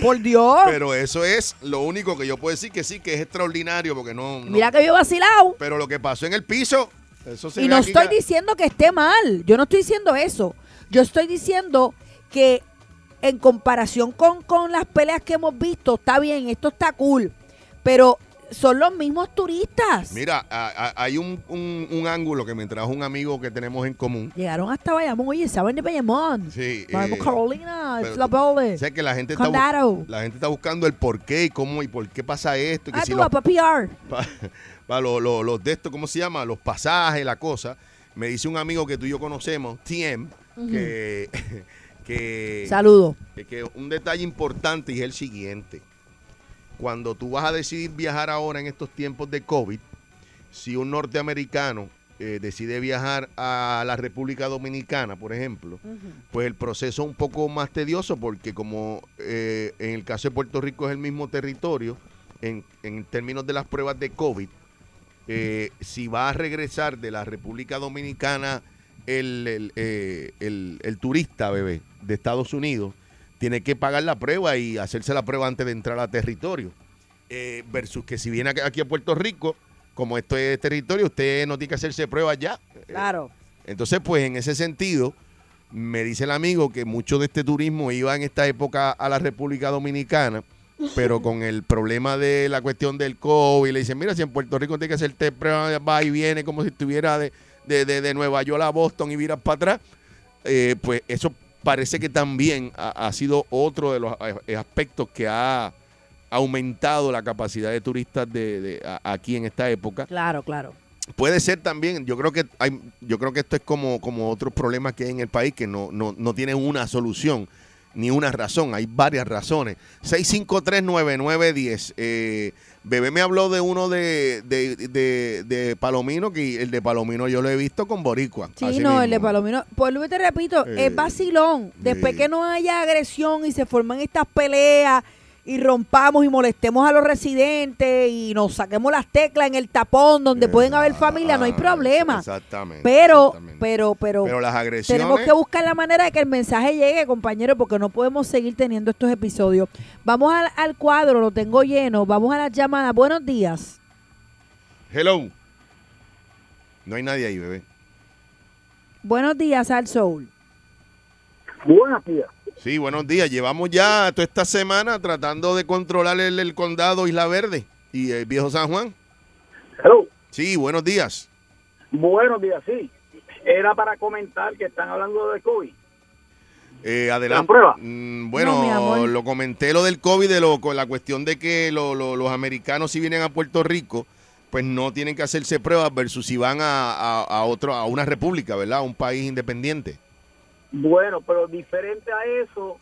Por Dios. Pero eso es lo único que yo puedo decir que sí, que es extraordinario, porque no. no- Mira que yo he vacilado. Pero lo que pasó en el piso, eso se Y ve no aquí estoy ca- diciendo que esté mal. Yo no estoy diciendo eso. Yo estoy diciendo que en comparación con, con las peleas que hemos visto, está bien, esto está cool. Pero son los mismos turistas. Mira, a- a- hay un, un- un ángulo que me trajo un amigo que tenemos en común. Llegaron hasta Bayamón. Oye, saben de Bayamón. Sí. Vamos, eh, pues, Carolina, pero es la tú- pole. o sea que la gente, está, Condado. bu- la gente está buscando el por qué y cómo y por qué pasa esto. Y que Ah, si tú los vas para PR. (laughs) para los de estos, ¿cómo se llama? Los pasajes, la cosa. Me dice un amigo que tú y yo conocemos, TM, que, (laughs) que, Saludos. que un detalle importante y es el siguiente. Cuando tú vas a decidir viajar ahora en estos tiempos de COVID, si un norteamericano eh, decide viajar a la República Dominicana, por ejemplo, pues el proceso es un poco más tedioso porque como eh, en el caso de Puerto Rico es el mismo territorio, en, en términos de las pruebas de COVID, eh, si va a regresar de la República Dominicana el, el, eh, el- el turista, bebé, de Estados Unidos, tiene que pagar la prueba y hacerse la prueba antes de entrar a territorio. Eh, versus que si viene aquí a Puerto Rico, como esto es territorio, usted no tiene que hacerse prueba ya. Claro. Entonces, pues en ese sentido, me dice el amigo que mucho de este turismo iba en esta época a la República Dominicana, pero con el problema de la cuestión del COVID, le dicen, mira, si en Puerto Rico tiene que hacerte prueba, va y viene como si estuviera de, de- de- de Nueva York a Boston y viras para atrás, eh, pues eso parece que también ha, ha sido otro de los eh, aspectos que ha aumentado la capacidad de turistas de, de- a- aquí en esta época Claro, claro. puede ser también yo creo que hay yo creo que esto es como como otros problemas que hay en el país que no no, no tienen una solución ni una razón, hay varias razones. 6539910. Eh, Bebé me habló de uno de, de, de- de Palomino, que el de Palomino yo lo he visto con Boricua. Sí, así no, el de mismo. Palomino. Por lo que te repito, Eh, es vacilón. Después sí. que no haya agresión y se forman estas peleas y rompamos y molestemos a los residentes y nos saquemos las teclas en el tapón donde Eh, pueden haber familia, no hay problema. Ah, Exactamente. Pero, Eh, pues exactamente. pero, pero, Pero las agresiones. tenemos que buscar la manera de que el mensaje llegue, compañero, porque no podemos seguir teniendo estos episodios. Vamos al, al cuadro, lo tengo lleno. Vamos a las llamadas. Buenos días. Hello. No hay nadie ahí, bebé. Buenos días al Soul. Buenas tías. Sí, buenos días. Llevamos ya toda esta semana tratando de controlar el, el condado Isla Verde y el viejo San Juan. Hello. Sí, buenos días. Buenos días, sí. Era para comentar que están hablando de COVID. Eh, adelante. ¿La prueba? Mm, bueno, No, mi amor. lo comenté lo del COVID, de lo, con la cuestión de que lo- lo- los americanos si vienen a Puerto Rico, pues no tienen que hacerse pruebas versus si van a, a- a otro, a una república, ¿verdad? A un país independiente. Bueno, pero diferente a eso,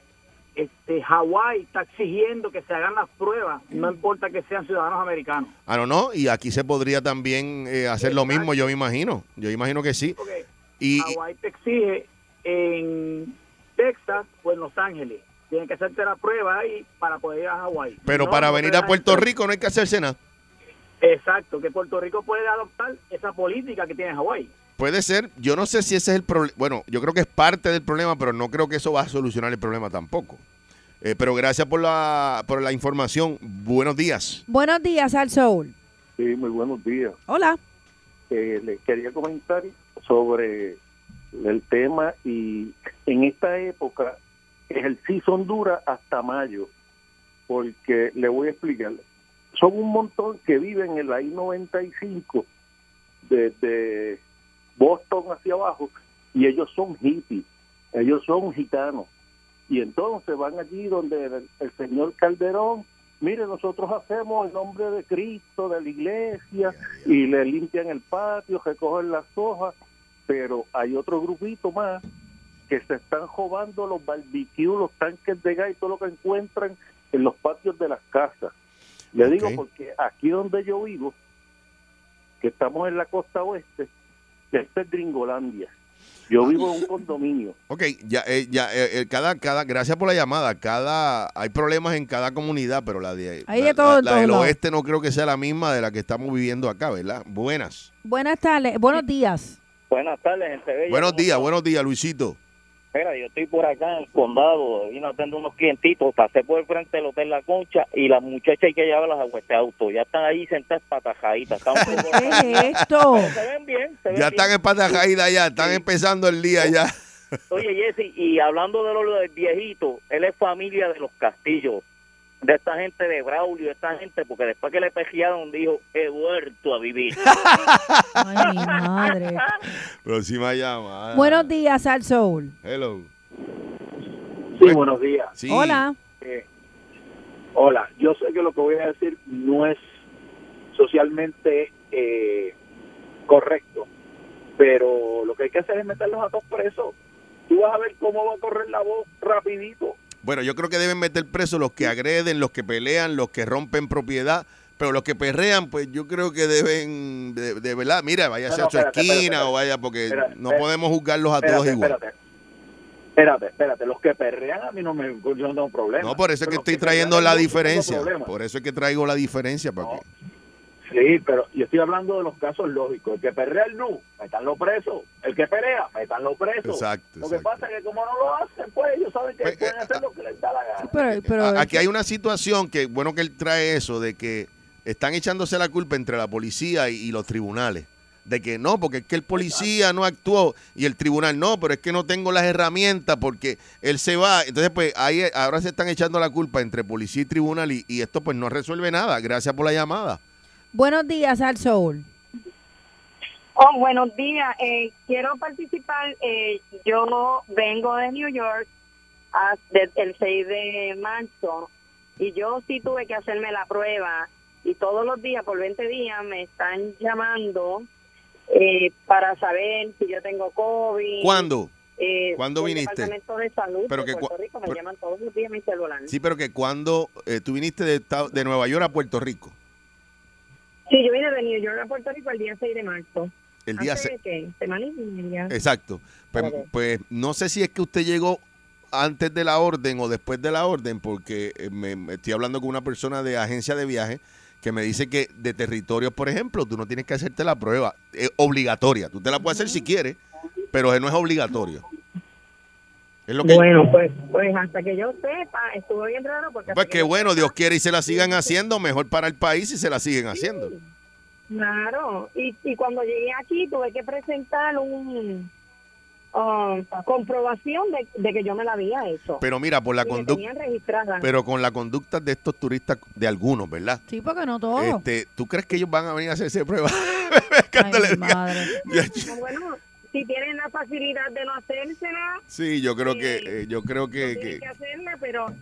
este Hawái está exigiendo que se hagan las pruebas, no importa que sean ciudadanos americanos. Ah, no, no. Y aquí se podría también eh, hacer lo mismo, yo me imagino. Yo imagino que sí. Porque Y, y- Hawái te exige en Texas o en Los Ángeles. Tienes que hacerte la prueba ahí para poder ir a Hawái. pero No, para no te venir dan a Puerto el- Rico no hay que hacerse nada. Exacto, que Puerto Rico puede adoptar esa política que tiene Hawái. Puede ser, yo no sé si ese es el problema. Bueno, yo creo que es parte del problema, pero no creo que eso va a solucionar el problema tampoco. Eh, pero gracias por la, por la información. Buenos días. Buenos días al Soul. Sí, muy buenos días. Hola. Eh, les quería comentar sobre el tema y en esta época ejercicio Honduras hasta mayo, porque le voy a explicar. Son un montón que viven en la I-95 desde Boston hacia abajo y ellos son hippies, ellos son gitanos. Y entonces van allí donde el, el señor Calderón, mire, nosotros hacemos en nombre de Cristo, de la iglesia, y le limpian el patio, recogen las hojas, pero hay otro grupito más que se están robando los barbecues, los tanques de gas y todo lo que encuentran en los patios de las casas. Le Ok. digo porque aquí donde yo vivo, que estamos en la costa oeste, este es Gringolandia. Yo vivo en un condominio. Ok, ya, eh, ya, eh, eh, cada, cada, gracias por la llamada. Cada, hay problemas en cada comunidad, pero la de, Hay la- de todo la- en la todos del lados. oeste no creo que sea la misma de la que estamos viviendo acá, ¿verdad? Buenas. Buenas tardes. Buenos días. Buenas tardes, gente bella. Buenos ¿Cómo días, están? buenos días, Luisito. Mira, yo estoy por acá en el condado, vino atender unos clientitos, pasé por el frente del Hotel La Concha y las muchachas que llevaban las agua este auto, ya están ahí sentadas (laughs) patajaditas. Están un poco- Pues, ¿Qué es esto? Pero se ven bien, se ven Ya bien. están en pata caída ya, están empezando el día ya. (laughs) Oye, Jesse, y hablando de los del viejito, él es familia de los castillos, de esta gente de Braulio, de esta gente, porque después que le pejearon dijo, he vuelto a vivir. Ay, mi madre. Próxima llamada. Buenos días al Soul. Hello. Sí, buenos días. Sí. Hola. Eh, hola, yo sé que lo que voy a decir no es socialmente eh, correcto, pero lo que hay que hacer es meterlos a todos presos. Tú vas a ver cómo va a correr la voz rapidito. Bueno, yo creo que deben meter presos los que agreden, los que pelean, los que rompen propiedad, pero los que perrean, pues yo creo que deben, de, de verdad, mira, vaya No, sea no, a su espérate, esquina espérate, o vaya, porque espérate, no espérate. podemos juzgarlos a todos Espérate, igual. espérate. Espérate, espérate. Los que perrean a mí no me yo no tengo problema. No, por eso es que Pero los estoy perrean trayendo yo la no tengo diferencia. problema. Por eso es que traigo la diferencia, papi. No. Sí, pero yo estoy hablando de los casos lógicos. El que perrea el no, metanlo preso. El que pelea, metanlo preso. Exacto, Lo que exacto. pasa es que como no lo hacen, pues ellos saben que Pues, pueden eh, hacer lo que les da la gana. Pero, pero A- Aquí hay una situación que, bueno, que él trae eso, de que están echándose la culpa entre la policía y, y los tribunales. De que no, porque es que el policía no actuó y el tribunal no, pero es que no tengo las herramientas porque él se va. Entonces, pues ahí ahora se están echando la culpa entre policía y tribunal y, y esto pues no resuelve nada. Gracias por la llamada. Buenos días al Soul. Oh, buenos días. Eh, quiero participar. Eh, yo vengo de New York ah, de- el 6 de marzo y yo sí tuve que hacerme la prueba y todos los días, por 20 días, me están llamando eh, para saber si yo tengo COVID. ¿Cuándo? Eh, ¿Cuándo del viniste? Departamento de Salud Pero de que Puerto cua- Rico me pero- llaman todos los días mi celular. Sí, pero que cuando eh, tú viniste de, Estados- de Nueva York a Puerto Rico, Sí, yo vine de New York a Puerto Rico el día 6 de marzo. el día ¿Antes se- de qué? Semana y media. Exacto. Pues, Ok. pues no sé si es que usted llegó antes de la orden o después de la orden, porque eh, me, me estoy hablando con una persona de agencia de viaje que me dice que de territorios, por ejemplo, tú no tienes que hacerte la prueba es obligatoria. Tú te la puedes hacer si quieres, pero no es obligatorio. Es lo que Bueno, pues, pues hasta que yo sepa, estuve bien raro porque... Pues hasta que yo bueno, sepa- Dios quiere y se la sigan haciendo, mejor para el país si se la siguen haciendo. Claro, y, y cuando llegué aquí tuve que presentar un ah, comprobación de, de que yo me la había hecho. Pero mira, por la Y me conducta, tenían registrada. pero con la conducta de estos turistas, de algunos, ¿verdad? Sí, porque no todo. Este, ¿Tú crees que ellos van a venir a hacerse (laughs) pruebas? Ay, Cuando mi le (laughs) diga- madre. Pero bueno, si tienen la facilidad de no hacérsela, Sí, yo creo que, eh, yo creo que, tienen que- que hacerla, pero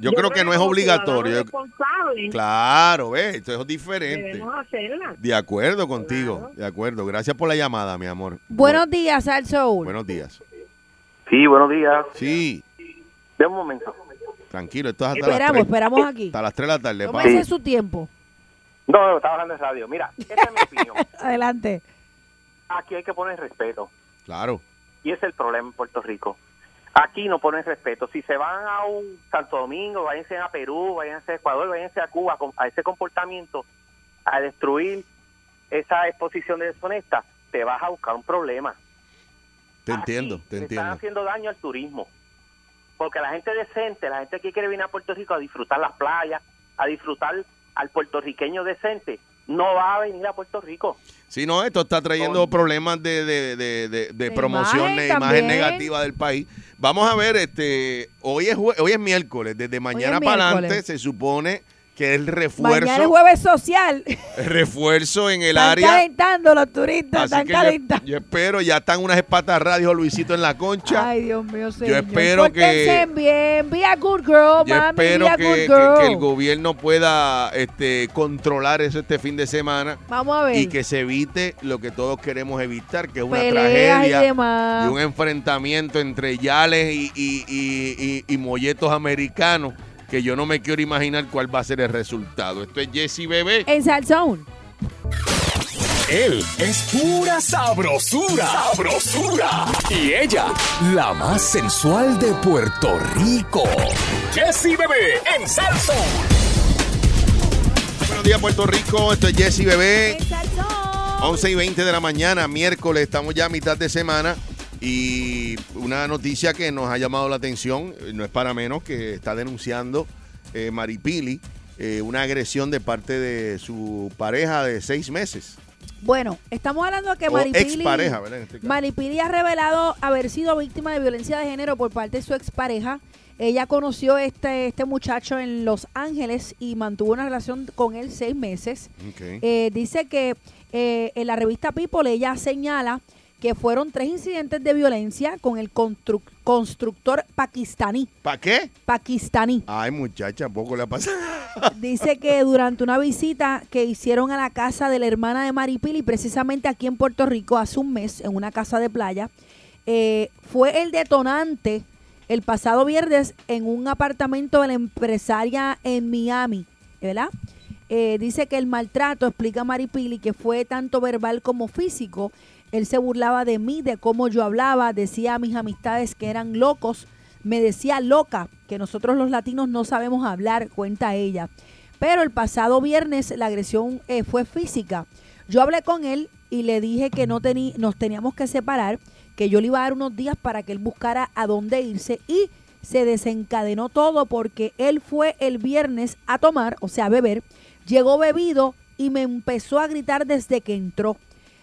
yo creo que no es como obligatorio. ciudadanos responsables, Claro, ve, esto es diferente. debemos hacerla. De acuerdo contigo, de acuerdo. Gracias por la llamada, mi amor. Buenos días, Al Soul. Buenos días. Sí, buenos días. Sí, De un momento. tranquilo, esto es hasta las esperamos, 3, esperamos aquí. hasta las 3 de la tarde. pa. Tómese su tiempo. No, no, estaba hablando de radio. Mira, esta es mi opinión. Adelante. Aquí hay que poner respeto. Claro. Y ese es el problema en Puerto Rico. Aquí no ponen respeto. Si se van a un Santo Domingo, váyanse a Perú, váyanse a Ecuador, váyanse a Cuba, con- a ese comportamiento, a destruir esa exposición deshonesta, te vas a buscar un problema. Te Aquí entiendo, Ah, te le Están entiendo. haciendo daño al turismo. Porque la gente decente, la gente que quiere venir a Puerto Rico a disfrutar las playas, a disfrutar al puertorriqueño decente, no va a venir a Puerto Rico. Sí, no, esto está trayendo problemas de, de, de, de- de De promoción, de imagen imagen también. negativa del país. Vamos a ver, este, hoy es jue- hoy es miércoles, desde mañana para miércoles. adelante se supone que el Mañana es refuerzo, jueves social. refuerzo en el están área. calentando los turistas, Así están que yo- calentando. yo, espero, ya están unas espatas radio Luisito en la concha. Ay, Dios mío, señor. espero que- Pórtense bien, be a good girl, yo mami, espero be a que, good que- girl. que el gobierno pueda este, controlar eso este fin de semana Vamos a ver. y que se evite lo que todos queremos evitar, que es una Peleas y tragedia. demás. y un enfrentamiento entre Yales y, y, y- y- y molletos americanos que yo no me quiero imaginar cuál va a ser el resultado. Esto es Jesse Bebé. En Salzón. Él es pura sabrosura. Sabrosura. Y ella, la más sensual de Puerto Rico. Jessy Bebé en Salsón. Buenos días, Puerto Rico. Esto es Jesse Bebé. En Salzón. 11 y 20 de la mañana, miércoles, estamos ya a mitad de semana. Y una noticia que nos ha llamado la atención, eh, no es para menos, que está denunciando eh, Maripili eh, una agresión de parte de su pareja de seis meses. Bueno, estamos hablando de que o Maripili. expareja, ¿verdad? En este caso. Maripili ha revelado haber sido víctima de violencia de género por parte de su expareja. Ella conoció a este, este muchacho en Los Ángeles y mantuvo una relación con él seis meses. Ok. Eh, dice que eh, en la revista People ella señala que fueron tres incidentes de violencia con el constru- constructor pakistaní. ¿Para qué? Pakistaní. Ay, muchacha, poco le ha pasado. Dice que durante una visita que hicieron a la casa de la hermana de Maripili, precisamente aquí en Puerto Rico, hace un mes, en una casa de playa, eh, fue el detonante el pasado viernes en un apartamento de la empresaria en Miami, ¿verdad? Eh, dice que el maltrato, explica Maripili, que fue tanto verbal como físico. Él se burlaba de mí, de cómo yo hablaba, decía a mis amistades que eran locos, me decía loca, que nosotros los latinos no sabemos hablar, cuenta ella. Pero el pasado viernes la agresión eh, fue física. Yo hablé con él y le dije que no teni- nos teníamos que separar, que yo le iba a dar unos días para que él buscara a dónde irse y se desencadenó todo porque él fue el viernes a tomar, o sea, a beber, llegó bebido y me empezó a gritar desde que entró.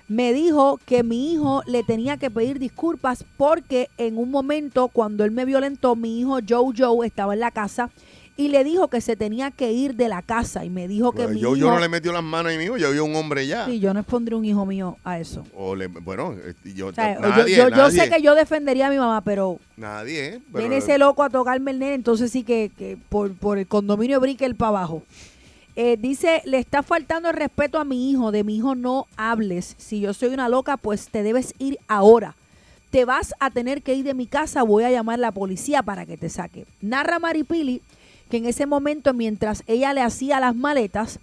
Me dijo que mi hijo le tenía que pedir disculpas porque en un momento cuando él me violentó, mi hijo Joe Joe estaba en la casa y le dijo que se tenía que ir de la casa y me dijo que mi hijo yo, yo no le metió las manos ahí mismo, yo vi un hombre ya. Sí, yo no expondré un hijo mío a eso. O le- bueno, este, yo, O sea, nadie, yo, yo- yo nadie, sé que yo defendería a mi mamá, pero, nadie, eh, pero- viene ese loco a tocarme el nene, entonces sí que, que por, por el condominio Brickell para abajo. Eh, dice, le está faltando el respeto a mi hijo, de mi hijo no hables. Si yo soy una loca, pues te debes ir ahora. te vas a tener que ir de mi casa, voy a llamar a la policía para que te saque. Narra Maripili que en ese momento, mientras ella le hacía las maletas,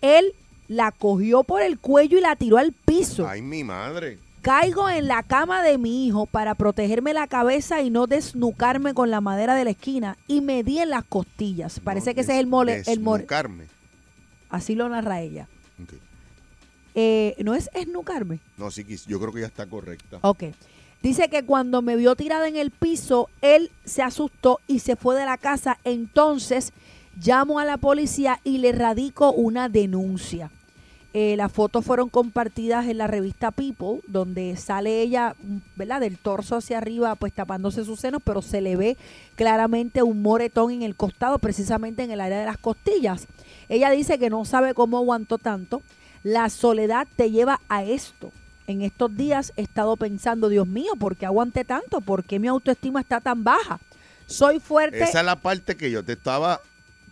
él la cogió por el cuello y la tiró al piso. Ay, mi madre. Caigo en la cama de mi hijo para protegerme la cabeza y no desnucarme con la madera de la esquina y me di en las costillas. Parece que ese es el mole, el mole. Desnucarme. Así lo narra ella. Ok. Eh, no es esnucarme. No, sí, quis- yo creo que ya está correcta. Ok. Dice que cuando me vio tirada en el piso, él se asustó y se fue de la casa. Entonces llamo a la policía y le radico una denuncia. Eh, las fotos fueron compartidas en la revista People, donde sale ella, mm, ¿verdad? Del torso hacia arriba, pues tapándose sus senos, pero se le ve claramente un moretón en el costado, precisamente en el área de las costillas. Ella dice que no sabe cómo aguantó tanto. La soledad te lleva a esto. En estos días he estado pensando, Dios mío, ¿por qué aguanté tanto? ¿Por qué mi autoestima está tan baja? Soy fuerte. Esa es la parte que yo te estaba.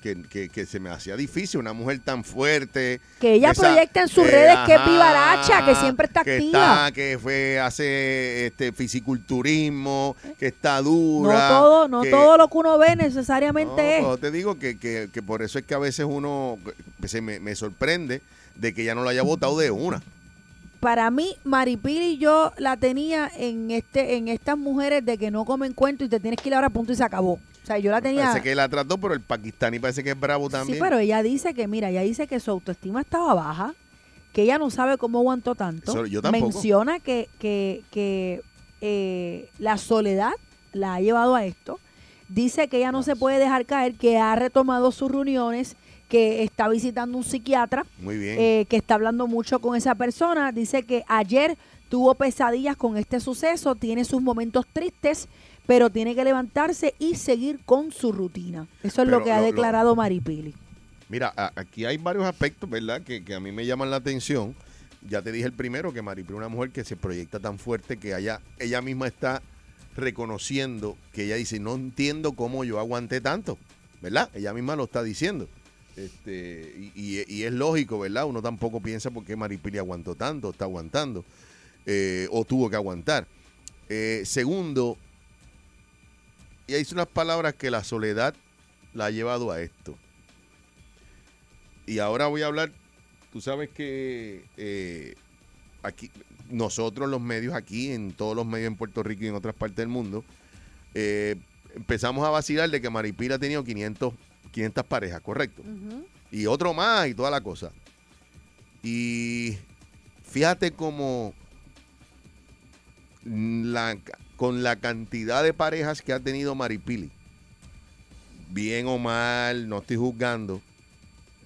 Que, que- que se me hacía difícil, una mujer tan fuerte. Que ella esa- proyecta en sus redes que es vivaracha, que siempre está que activa. está, que fue, hace este, fisiculturismo, que está dura. no todo, no que- todo lo que uno ve necesariamente No, es. pero te digo que, que- que por eso es que a veces uno que se me, me sorprende de que ya no lo haya votado de una. Para mí, Maripili yo la tenía en este, en estas mujeres de que no comen cuento y te tienes que ir ahora punto y se acabó. O sea, yo la Ah, tenía. Parece que la trató, pero el pakistaní parece que es bravo también. Sí, pero ella dice que, mira, ella dice que su autoestima estaba baja, que ella no sabe cómo aguantó tanto. Eso yo tampoco. Menciona que, que, que eh, la soledad la ha llevado a esto. Dice que ella no se puede dejar caer, que ha retomado sus reuniones, que está visitando un psiquiatra, Muy bien. eh, que está hablando mucho con esa persona. Dice que ayer tuvo pesadillas con este suceso, tiene sus momentos tristes, pero tiene que levantarse y seguir con su rutina. Eso es Pero lo que ha lo- lo- declarado Maripili. Mira, a- aquí hay varios aspectos, ¿verdad? Que, que a mí me llaman la atención. Ya te dije el primero, que Maripri es una mujer que se proyecta tan fuerte que haya, ella misma está reconociendo que ella dice, no entiendo cómo yo aguanté tanto, ¿verdad? Ella misma lo está diciendo. Este, y, y- y es lógico, ¿verdad? Uno tampoco piensa por qué Maripili aguantó tanto, está aguantando, eh, o tuvo que aguantar. Eh, segundo, ella dice unas palabras que la soledad la ha llevado a esto y ahora voy a hablar, tú sabes que eh, aquí nosotros los medios aquí, en todos los medios en Puerto Rico y en otras partes del mundo, eh, empezamos a vacilar de que Maripila ha tenido 500, 500 parejas, correcto. Y otro más y toda la cosa. Y fíjate como la, con la cantidad de parejas que ha tenido Maripili, bien o mal, no estoy juzgando,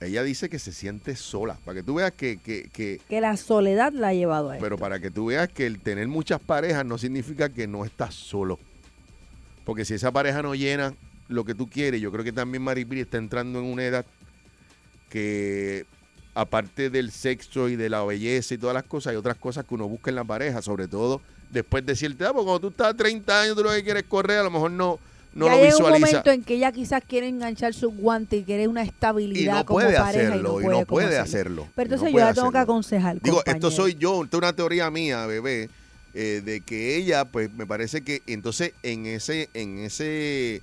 ella dice que se siente sola. Para que tú veas que, que- que- Que la soledad la ha llevado a esto. pero para que tú veas que el tener muchas parejas no significa que no estás solo. Porque si esa pareja no llena lo que tú quieres, yo creo que también Maripili está entrando en una edad que aparte del sexo y de la belleza y todas las cosas, hay otras cosas que uno busca en la pareja, sobre todo después de cierta edad, porque cuando tú estás a 30 años, tú lo que quieres es correr, a lo mejor no, no ya lo llega visualiza. un momento en que ella quizás quiere enganchar su guante y quiere una y estabilidad no como puede pareja hacerlo, y no cómo puede hacerlo. Pero y no entonces yo puede la tengo que hacerlo. aconsejar. Digo, esto compañero. soy yo, esto es una teoría mía, bebé, eh, de que ella, pues me parece que entonces en ese, en ese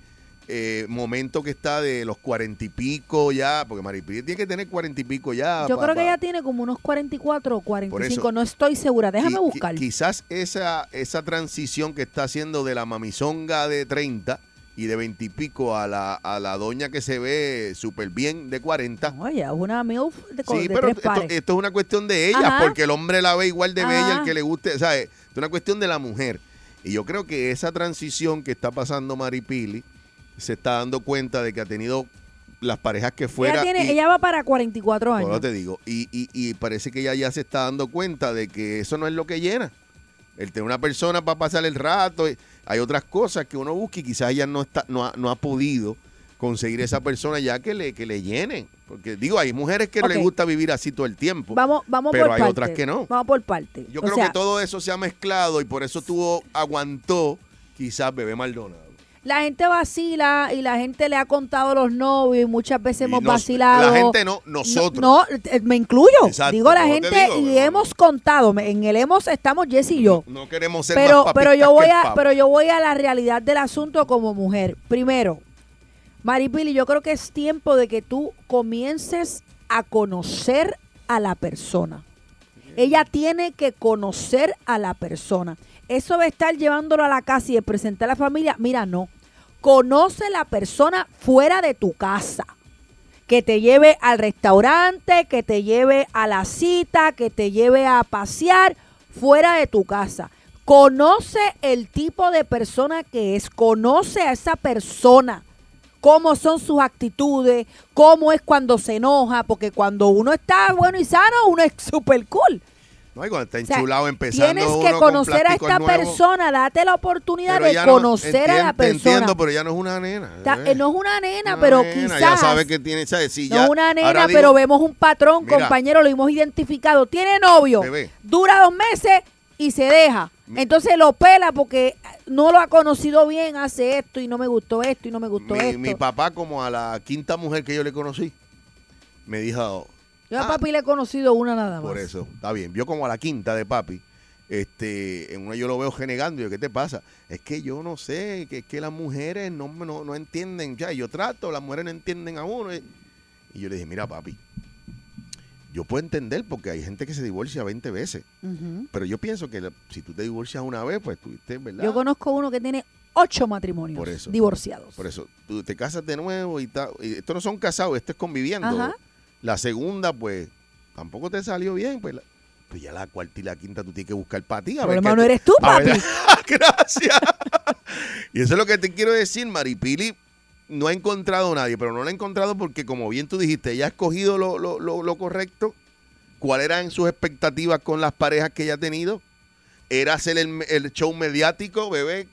eh, momento que está de los cuarenta y pico ya, porque Maripiri tiene que tener cuarenta y pico ya. Yo pa- creo que pa- ella tiene como unos 44 o 45, Por eso. no estoy segura. Déjame qui- qui- buscar. Quizás esa, esa transición que está haciendo de la mamizonga de 30 y de 20 y pico a la, a la doña que se ve súper bien de 40. No, ella es una MILF de, co- de Sí, pero tres esto, pares. esto es una cuestión de ella, Ajá. Ah. porque el hombre la ve igual de bella, Ajá. el que le guste, ¿sabes? Esto es una cuestión de la mujer. Y yo creo que esa transición que está pasando Maripili se está dando cuenta de que ha tenido las parejas que fuera. ella, tiene- y- ella va para 44 por años. eso te digo, y, y- y parece que ella ya se está dando cuenta de que eso no es lo que llena. El tener una persona para pasar el rato, eh, hay otras cosas que uno busca y quizás ella no está, no ha, no ha podido conseguir esa persona ya que le, que le llenen. Porque digo, hay mujeres que no Ok. les gusta vivir así todo el tiempo. vamos vamos pero por hay parte. otras que no. Vamos por parte. Yo O creo sea, que todo eso se ha mezclado y por eso tuvo, aguantó quizás Bebé Maldonado. La gente vacila y la gente le ha contado a los novios y muchas veces hemos nos- vacilado. la gente no, nosotros. No, no, eh, me incluyo. Exacto, digo la yo te gente digo, y hemos contado. me- En el hemos estamos Jess y yo. No queremos ser pero, más pero papistas yo voy que el a, papa. pero yo voy a la realidad del asunto como mujer. Primero, Maripili, yo creo que es tiempo de que tú comiences a conocer a la persona. Ella tiene que conocer a la persona. Eso de estar llevándolo a la casa y de presentar a la familia, mira, no. Conoce la persona fuera de tu casa. Que te lleve al restaurante, que te lleve a la cita, que te lleve a pasear fuera de tu casa. Conoce el tipo de persona que es. Conoce a esa persona cómo son sus actitudes, cómo es cuando se enoja, porque cuando uno está bueno y sano, uno es (laughs) súper cool. No, y cuando está O sea, enchulado empezando tienes uno que con conocer a plásticos esta nuevos, persona, date la oportunidad pero de ya no- conocer a la entiendo- te persona. Entiendo, pero ya no es una nena. Está- eh, eh, no es una nena, pero nena, quizás Ya sabe que tiene, ¿sabes? Sí, no ya, es una nena, ahora digo, pero vemos un patrón, Mira. compañero, lo hemos identificado. Tiene novio, Bebé. dura dos meses y se deja. Entonces lo pela porque no lo ha conocido bien, hace esto y no me gustó esto y no me gustó Mi, esto. mi papá, como a la quinta mujer que yo le conocí, me dijo, Yo a papi le he conocido una nada más. Ah. Por eso, está bien. Vio como a la quinta de papi. Este, en una yo lo veo genegando y yo, ¿qué te pasa? Es que yo no sé, que es que las mujeres no, no, no entienden, ya, yo trato, las mujeres no entienden a uno. Y y yo le dije, mira papi, yo puedo entender porque hay gente que se divorcia 20 veces, Ujú. pero yo pienso que la- si tú te divorcias una vez, pues tuviste, ¿verdad? Yo conozco uno que tiene ocho matrimonios Por eso. divorciados. Por eso, tú te casas de nuevo y tal. y Esto no son casados, esto es conviviendo. Ajá. La segunda, pues, tampoco te salió bien. Pues, la- pues ya la cuarta y la quinta tú tienes que buscar para ti. a El ver problema qué no te- eres tú, a ver- papi. (laughs) Gracias. y eso es lo que te quiero decir, Maripili. No ha encontrado a nadie, pero no la ha encontrado porque, como bien tú dijiste, ella ha escogido lo, lo- lo- lo correcto. ¿Cuáles eran sus expectativas con las parejas que ella ha tenido? Era hacer el, el show mediático, bebé,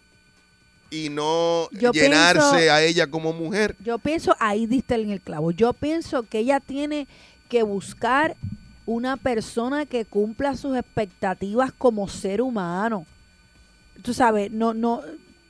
y no Yo llenarse pienso- a ella como mujer. Yo pienso, ahí diste en el clavo. Yo pienso que ella tiene que buscar una persona que cumpla sus expectativas como ser humano. Tú sabes, no, no,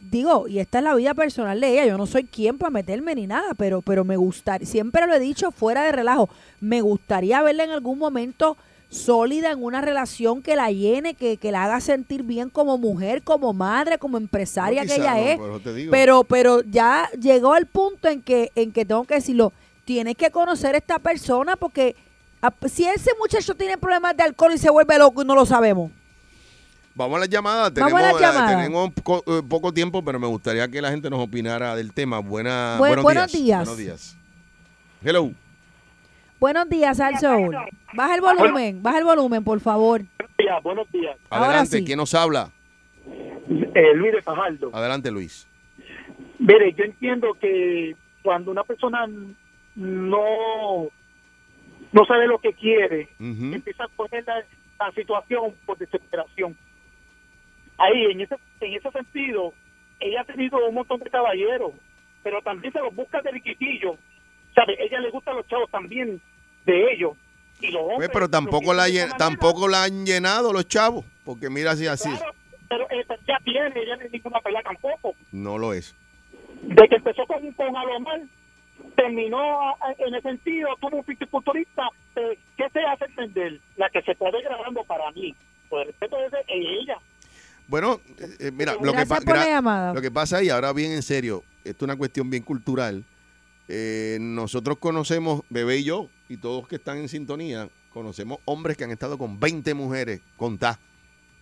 digo, y esta es la vida personal de ella, yo no soy quien para meterme ni nada, pero, pero me gustaría, siempre lo he dicho fuera de relajo, me gustaría verla en algún momento sólida en una relación que la llene, que, que la haga sentir bien como mujer, como madre, como empresaria No, que quizá ella no, es. pero te digo. Pero, pero ya llegó el punto en que, en que tengo que decirlo, tienes que conocer a esta persona porque a- si ese muchacho tiene problemas de alcohol y se vuelve loco y no lo sabemos. Vamos a la llamada. Vamos Tenemos, a la la- llamada. tenemos co- eh, poco tiempo, pero me gustaría que la gente nos opinara del tema. Buena, Buen- buenos, buenos días. días. Buenos días. Hello. Buenos días, al sol. Baja el volumen, baja el volumen, por favor. días, buenos días. Ahora Adelante. sí. ¿Quién nos habla? Eh, Luis de Fajardo. Adelante, Luis. Mire, yo entiendo que cuando una persona no, no sabe lo que quiere, Ujú. empieza a coger la, la situación por desesperación. Ahí, en ese, en ese sentido, ella ha tenido un montón de caballeros, pero también se los busca de riquitillo. ¿Sabe? Ella le gustan los chavos también de ellos. Y los Pues, hombres, pero los tampoco quieren la, de esa llen- manera. tampoco la han llenado los chavos, porque mira así, así. Claro, pero eh, pues, ya tiene, ella no es ninguna pelea tampoco. No lo es. de que empezó con, con Alomar, terminó a- a- en el sentido, tuvo un fisiculturista, eh, ¿qué se hace entender? La que se está degradando para mí, por el respeto de ese- es ella. Bueno, eh, eh, mira, lo que, Gracias pa- por la gra- llamada. lo que pasa y ahora bien en serio, esto es una cuestión bien cultural. Eh, nosotros conocemos, bebé y yo, y todos que están en sintonía, conocemos hombres que han estado con 20 mujeres, contá.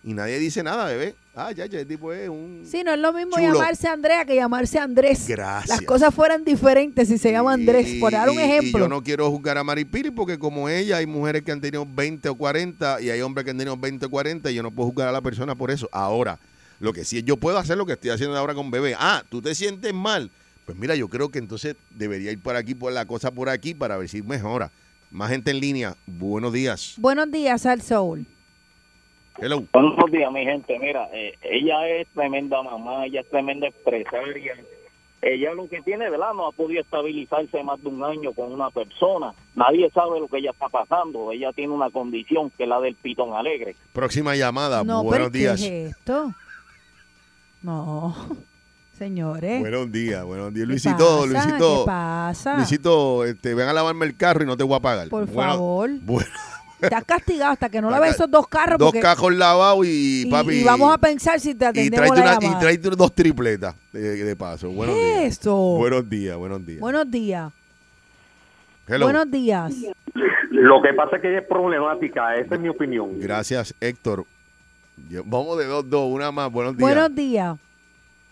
Y nadie dice nada, bebé. Ah, ya, ya, el tipo es un... Sí, no es lo mismo Chulo. llamarse Andrea que llamarse Andrés. Gracias. Las cosas fueran diferentes si se llama Andrés, Y- por dar un y- ejemplo. Y yo no quiero juzgar a Maripili porque como ella hay mujeres que han tenido 20 o 40 y hay hombres que han tenido 20 o 40 y yo no puedo juzgar a la persona por eso. Ahora, lo que sí es, yo puedo hacer lo que estoy haciendo ahora con bebé. Ah, tú te sientes mal. Pues mira, yo creo que entonces debería ir por aquí, por la cosa por aquí para ver si mejora. Más gente en línea. Buenos días. Buenos días, al sol. Hello. Buenos días, mi gente. Mira, eh, ella es tremenda mamá, ella es tremenda empresaria. Ella lo que tiene, ¿verdad? No ha podido estabilizarse más de un año con una persona. Nadie sabe lo que ella está pasando. Ella tiene una condición que es la del pitón alegre. Ah, Próxima llamada. No, Buenos pero días. ¿qué es esto? No. (laughs) Señores. Buenos días, buenos días. ¿qué Luisito, pasa? Luisito. ¿Qué pasa? Luisito, este, ven a lavarme el carro y no te voy a pagar. Por Bueno, favor. Bueno, Estás castigado hasta (laughs) que no Acá- laves esos dos carros. dos porque- cajos lavados y, y, papi. y vamos a pensar si te y atendemos tráete, la una- y llamada. tráete dos tripletas de, de paso. Buenos ¿Qué días. es esto? Buenos días, buenos días. Buenos días. Hello. Buenos días. Lo que pasa es que ella es problemática, esa es mi opinión. Gracias, Héctor. Yo- vamos de dos, dos, una más. Buenos días. Buenos días.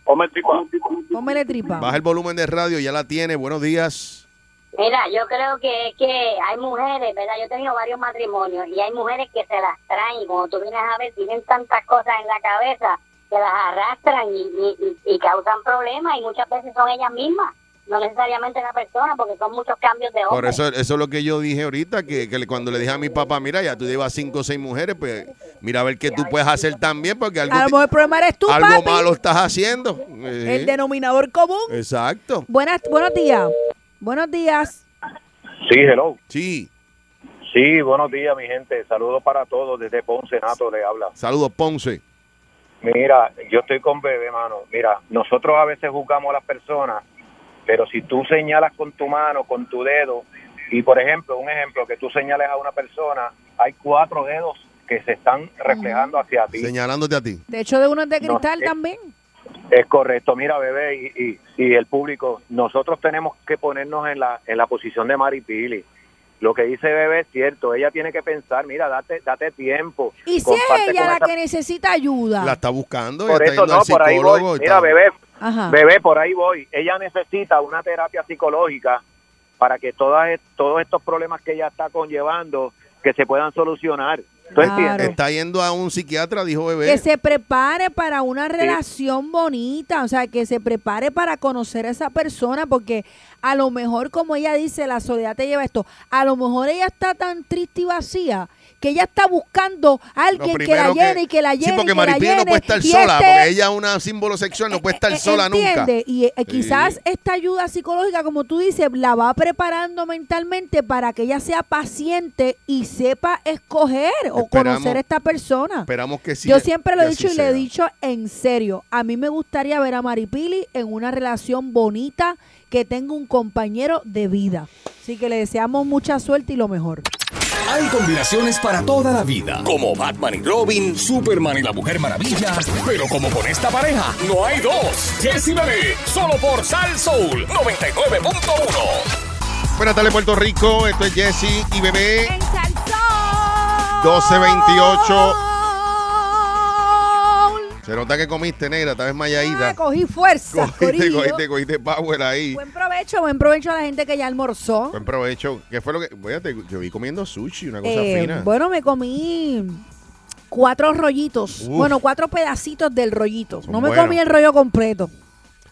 Hombre, tripa. Pómele tripa. Baja el volumen de radio, ya la tiene. Buenos días. Mira, yo creo que, que hay mujeres, ¿verdad? Yo he tenido varios matrimonios y hay mujeres que se las traen, como tú vienes a ver, tienen tantas cosas en la cabeza que las arrastran y, y- y- y causan problemas y muchas veces son ellas mismas, no necesariamente la persona, porque son muchos cambios de Por hombre. eso, eso es lo que yo dije ahorita, que, que le- cuando le dije a mi papá, mira, ya tú llevas cinco o seis mujeres, pues mira a ver qué tú puedes hacer también, porque algo, A lo ti- mejor el problema eres tú, algo papi. malo Eh. estás haciendo. El Eh, denominador común. Exacto. Buenas, buenos días. Buenos días. Sí, hello. Sí. Sí, buenos días, mi gente. Saludos para todos. Desde Ponce, Nato le habla. Saludos, Ponce. Mira, yo estoy con bebé, mano. Mira, nosotros a veces juzgamos a las personas, pero si tú señalas con tu mano, con tu dedo, y por ejemplo, un ejemplo, que tú señales a una persona, hay cuatro dedos que se están reflejando hacia ti. Señalándote a ti. De hecho, de uno es de No, cristal eh, también. Es correcto, mira bebé y, y- y el público, nosotros tenemos que ponernos en la, en la posición de Mari Pili. Lo que dice bebé es cierto, ella tiene que pensar, mira, date, date tiempo. Y si es comparte ella con la esa- que necesita ayuda. La está buscando, Por está eso yendo no, al por ahí voy. psicólogo. y Mira está- bebé, Ajá. Bebé, por ahí voy. Ella necesita una terapia psicológica para que todas, est- todos estos problemas que ella está conllevando que se puedan solucionar. ¿Tú Claro. entiendes? Está yendo a un psiquiatra, dijo Que bebé. se prepare para una relación bonita, o sea, que se prepare para conocer a esa persona, porque a lo mejor, como ella dice, la soledad te lleva a esto, a lo mejor ella está tan triste y vacía que ella está buscando a Lo alguien que la primero llene y que la Sí, llene. y porque que la Maripili no llene. puede estar Y sola, este- porque ella es una símbolo sexual, no puede estar eh, sola nunca. ¿entiende? Y eh, quizás Sí. esta ayuda psicológica, como tú dices, la va preparando mentalmente para que ella sea paciente y sepa escoger o Esperamos- conocer a esta persona. Esperamos que sí. Yo siempre lo que he dicho y así le he sea. dicho en serio. A mí me gustaría ver a Maripili en una relación bonita que tenga un compañero de vida. Así que le deseamos mucha suerte y lo mejor. Hay combinaciones para toda la vida, como Batman y Robin, Superman y la Mujer Maravilla, pero como con esta pareja, no hay dos. Jessy Bebé, solo por Sal Soul 99.1. Buenas tardes, Puerto Rico. Esto es Jesse y bebé. 1228. Se nota que comiste, negra, tal vez Ah, malladita. cogí fuerza, Cogiste, corillo. cogiste, cogiste power ahí. Buen provecho, buen provecho a la gente que ya almorzó. Buen provecho. ¿Qué fue lo que.? Fíjate, yo vi comiendo sushi, una cosa Eh, fina. bueno, me comí cuatro rollitos. Uf. Bueno, cuatro pedacitos del rollito. Son no me buenos. comí el rollo completo.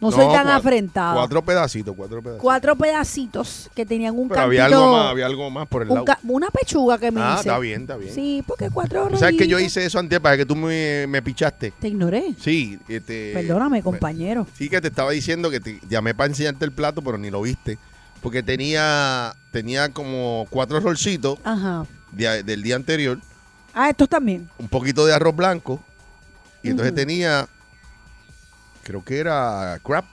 No, soy tan cua- afrentada. Cuatro, Cuatro pedacitos, cuatro pedacitos. pedacitos que tenían un Pero había cantito- algo, más, había algo más por el un lado. ca- una pechuga que me Ah, hice. está bien, está bien. Sí, porque cuatro rollitos. ¿Sabes que yo hice eso antes para que tú me, me pichaste? Te ignoré. Sí, este. Perdóname, me- compañero. Sí, que te estaba diciendo que te llamé para enseñarte el plato, pero ni lo viste. Porque tenía, tenía como cuatro rolcitos Ajá. de- del día anterior, Ah, estos también. un poquito de arroz blanco, y entonces Ujú. tenía, creo que era crab.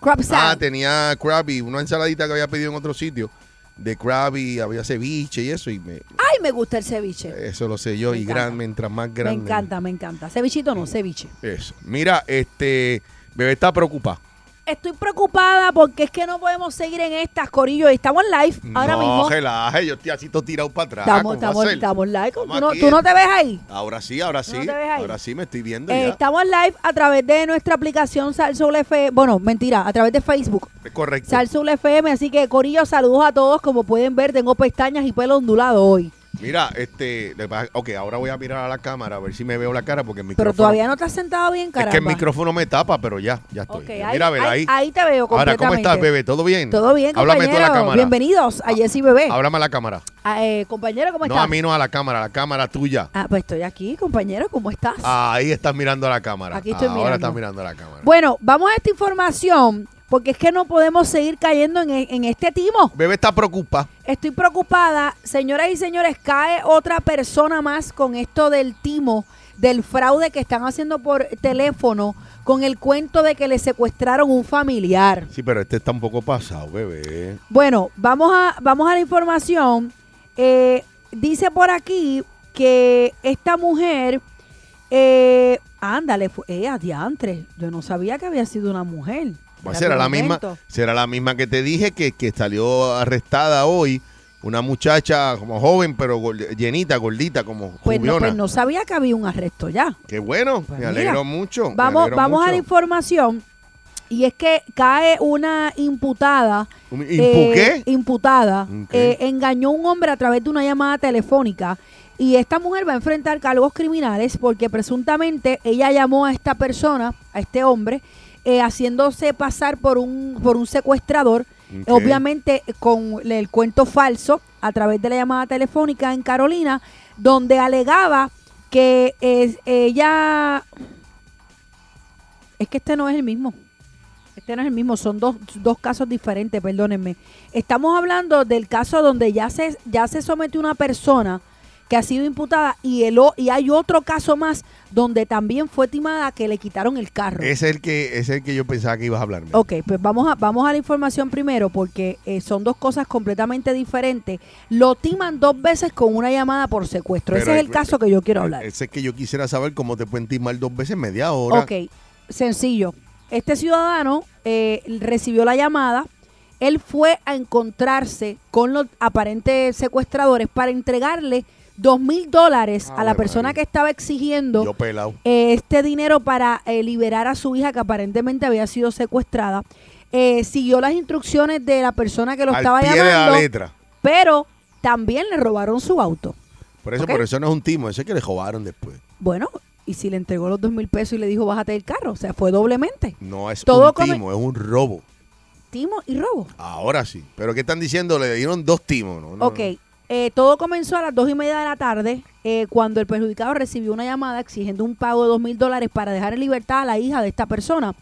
Crab Ah, salad. tenía crab y una ensaladita que había pedido en otro sitio de crab y había ceviche y eso, y me- Ay, me gusta el ceviche. eso lo sé yo, Me y encanta. gran, mientras más Me grande. encanta, me encanta. Cevichito no, ceviche. Eso. Mira, este, bebé está preocupado. Estoy preocupada porque es que no podemos seguir en estas, Corillo. Estamos live ahora no, mismo. relaje, yo estoy así todo tirado para atrás. Estamos, ¿cómo va a estamos, ser? estamos live. ¿Tú Estamos no, aquí. tú no te ves ahí? Ahora sí, ahora sí. ¿No te ves ahí? ahora sí me estoy viendo Eh, ya. estamos live a través de nuestra aplicación Salsoul FM. Bueno, mentira, a través de Facebook. Es correcto. Salsoul FM. Así que, Corillo, saludos a todos. Como pueden ver, tengo pestañas y pelo ondulado hoy. Mira, este, le va- ok, ahora voy a mirar a la cámara a ver si me veo la cara porque el micrófono. Pero todavía no te has sentado bien, Es caramba. que el micrófono me tapa, pero ya, ya estoy. Ok, Ya, ahí, Mira, a ver, ahí- ahí. ahí te veo Ahora, ¿cómo completamente. estás, bebé? ¿Todo bien? Todo bien, Háblame tú a compañero. la cámara. Bienvenidos a Jessy Bebé. Háblame a la cámara. Ah, eh, compañero, ¿cómo No, estás? a mí no a la cámara, a la cámara tuya. Ah, pues estoy aquí, compañero, ¿cómo estás? Ah. Ahí estás mirando a la cámara. Aquí estoy Ahora mirando. estás mirando a la cámara. Bueno, vamos a esta información porque es que no podemos seguir cayendo en, e- en este timo. Bebé está preocupada. Estoy preocupada, señoras y señores, cae otra persona más con esto del timo, del fraude que están haciendo por teléfono, con el cuento de que le secuestraron un familiar. Sí, pero este está un poco pasado, bebé. Bueno, vamos a, vamos a la información. Eh, dice por aquí que esta mujer, eh, ándale, fue, eh, adiantre, yo no sabía que había sido una mujer. Va, Espérate será un la misma, momento. será la misma que te dije que, que salió arrestada hoy. Una muchacha como joven, pero gol- llenita, gordita, como Pues no, juliona. pues no sabía que había un arresto ya. Qué bueno, me Mira, alegro mucho. me Vamos, alegro vamos a la mucho. información. Y es que cae una imputada. ¿Un impu Eh, qué? Imputada. Eh, Ok. eh, engañó a un hombre a través de una llamada telefónica. Y esta mujer va a enfrentar cargos criminales porque presuntamente ella llamó a esta persona, a este hombre, eh, haciéndose pasar por un, por un secuestrador. Ok. Obviamente con el cuento falso a través de la llamada telefónica en Carolina, donde alegaba que eh, ella es que este no es el mismo. Este no es el mismo, son dos, dos casos diferentes, perdónenme. Estamos hablando del caso donde ya se, ya se sometió una persona que ha sido imputada y, el, o- y hay otro caso más donde también fue timada que le quitaron el carro. Es el que es el que yo pensaba que ibas a hablarme. Ok, pues vamos a, vamos a la información primero porque eh, son dos cosas completamente diferentes. Lo timan dos veces con una llamada por secuestro. Ese Pero es hay- el caso que yo quiero hablar. Ese es que yo quisiera saber cómo te pueden timar dos veces media hora. Ok, sencillo. Este ciudadano eh, recibió la llamada. Él fue a encontrarse con los aparentes secuestradores para entregarle dos mil dólares a la Ave persona que estaba exigiendo Ah, Yo pelado. eh, este dinero para eh, liberar a su hija que aparentemente había sido secuestrada. Eh, siguió las instrucciones de la persona que lo Al estaba pie de la llamando, letra. pero también le robaron su auto. Por eso, Ok. por eso no es un timo, eso es que le jodaron después. Bueno, y si le entregó los dos mil pesos y le dijo bájate del carro, o sea, fue doblemente. No es Todo un come- timo, es un robo. Timo y robo. Ahora sí. Pero ¿qué están diciendo? Le dieron dos timos, ¿no? No, Ok, eh, todo comenzó a las dos y media de la tarde eh, cuando el perjudicado recibió una llamada exigiendo un pago de dos mil dólares para dejar en libertad a la hija de esta persona.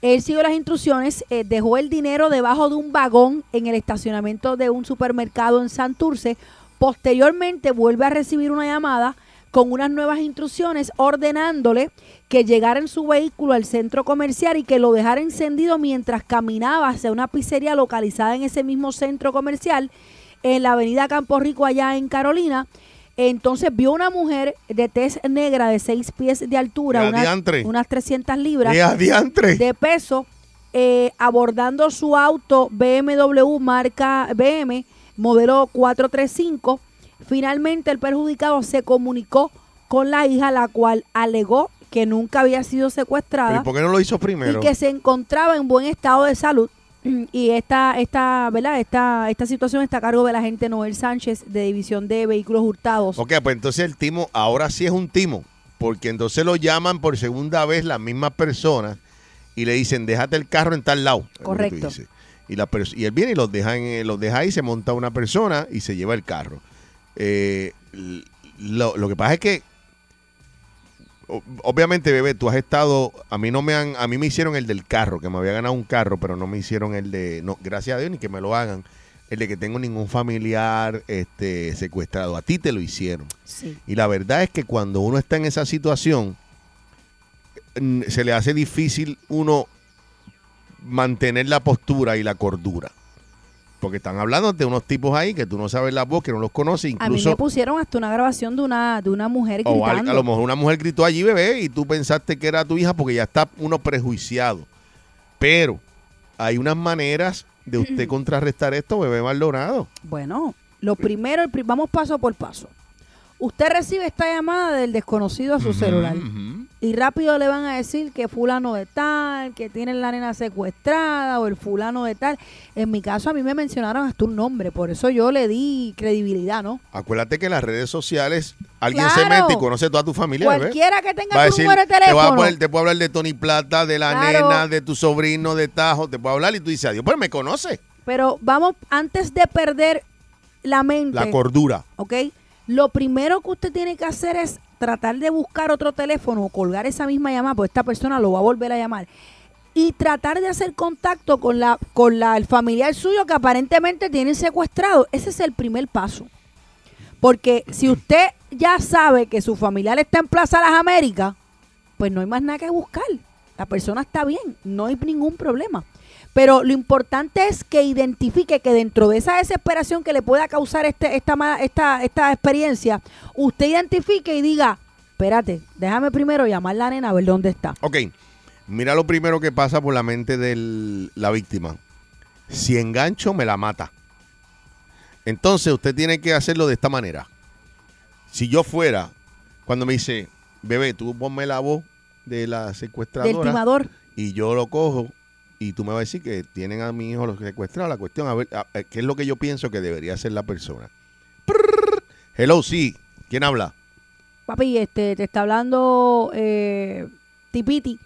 Él siguió las instrucciones, eh, dejó el dinero debajo de un vagón en el estacionamiento de un supermercado en Santurce. Posteriormente vuelve a recibir una llamada con unas nuevas instrucciones ordenándole que llegara en su vehículo al centro comercial y que lo dejara encendido mientras caminaba hacia una pizzería localizada en ese mismo centro comercial en la avenida Campo Rico allá en Carolina. Entonces vio una mujer de tez negra de 6 pies de altura, ¡Ea, unas- diantre! unas 300 libras ¡Ea, diantre! de peso, eh, abordando su auto BMW marca BM, modelo 435. Finalmente el perjudicado se comunicó con la hija, la cual alegó que nunca había sido Pero ¿y secuestrada por qué no lo hizo y primero? que se encontraba en buen estado de salud. Y esta, esta, ¿verdad? Esta, esta situación está a cargo de la gente Noel Sánchez de División de Vehículos Hurtados. Ok, pues entonces el timo ahora sí es un timo, porque entonces lo llaman por segunda vez las mismas personas y le dicen, déjate el carro en tal lado. es lo que tú Correcto. dices. Y, la pers- y él viene y los deja, en- eh, los deja ahí, se monta una persona y se lleva el carro. Eh, l- lo, lo que pasa es que, o- obviamente, bebé, tú has estado, a mí no me han, a mí me hicieron el del carro, que me había ganado un carro, pero no me hicieron el de, no, gracias a Dios ni que me lo hagan, el de que tengo ningún familiar este, secuestrado. A ti te lo hicieron. Sí. Y la verdad es que cuando uno está en esa situación, n- se le hace difícil uno mantener la postura y la cordura. Porque están hablando de unos tipos ahí que tú no sabes la voz, que no los conoces, A mí me incluso... pusieron hasta una grabación de una, de una mujer O al- gritando. a lo mejor una mujer gritó allí, bebé, y tú pensaste que era tu hija porque ya está uno prejuiciado. Pero hay unas maneras (clears throat) de usted contrarrestar esto, bebé Maldonado. Bueno, lo primero, el pri- vamos paso por paso. Usted recibe esta llamada del desconocido a su celular y rápido le van a decir que fulano de tal, que tienen la nena secuestrada o el fulano de tal. En mi caso a mí me mencionaron hasta un nombre, por eso yo le di credibilidad, ¿no? Acuérdate que en las redes sociales alguien se Claro. mete y conoce a toda tu familia. bebé. Cualquiera que tenga Va a tu decir, número de Te, voy a teléfono. poner- te puedo hablar de Tony Plata, de la Claro. nena, de tu sobrino, de Tajo, te puedo hablar y tú dices, adiós, pero me conoce. Pero vamos, antes de perder la mente. La cordura. ¿ok? Lo primero que usted tiene que hacer es tratar de buscar otro teléfono o colgar esa misma llamada, porque esta persona lo va a volver a llamar. y tratar de hacer contacto con la con la el familiar suyo que aparentemente tienen secuestrado. Ese es el primer paso. Porque si usted ya sabe que su familiar está en Plaza Las Américas, pues no hay más nada que buscar. La persona está bien, no hay ningún problema. Pero lo importante es que identifique que dentro de esa desesperación que le pueda causar este, esta, ma- esta, esta experiencia, usted identifique y diga, espérate, déjame primero llamar a la nena a ver dónde está. Ok, mira lo primero que pasa por la mente de la víctima. Si engancho, me la mata. Entonces usted tiene que hacerlo de esta manera. Si yo fuera, cuando me dice, bebé, tú ponme la voz de la secuestradora. Del timador. Y yo lo cojo y tú me vas a decir que tienen a mi hijo los secuestrados. La cuestión, a ver, a- a- ¿qué es lo que yo pienso que debería hacer la persona? Prrr. Hello, sí. ¿Quién habla? Papi, este, te está hablando eh, Tipiti.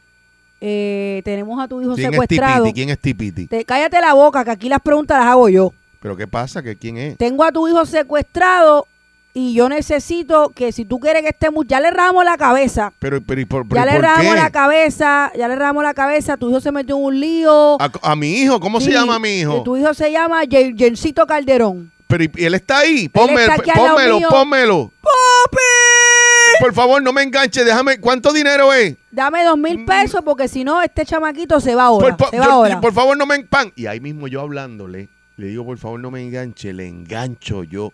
Eh, tenemos a tu hijo ¿Quién es secuestrado. Tipiti? ¿Quién es Tipiti? Te- cállate la boca, que aquí las preguntas las hago yo. ¿Pero qué pasa? ¿Que ¿Quién es? Tengo a tu hijo secuestrado y yo necesito que si tú quieres que estemos, ya le ramos la cabeza. Pero, pero, ¿y por, ya pero le por ramos qué? la cabeza, ya le ramos la cabeza, tu hijo se metió en un lío. A, a mi hijo, Ah, ¿cómo Sí, eh, se llama mi hijo? Tu hijo se llama Jen- Jencito Calderón. Pero y, y él está ahí, Ponme- está aquí al lado pónmelo, mío. pónmelo. Por favor, no me enganche, déjame, ¿cuánto dinero es? Dame dos mil pesos porque si no, este chamaquito se va ahora. Mm. Por, fa- se va yo- ahora. por favor, no me enpan. Y ahí mismo yo hablándole, le digo, por favor, no me enganche, le engancho yo.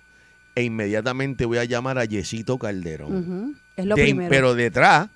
E inmediatamente voy a llamar a Yesito Calderón. Ujú, Es lo Ten- primero. Pero detrás,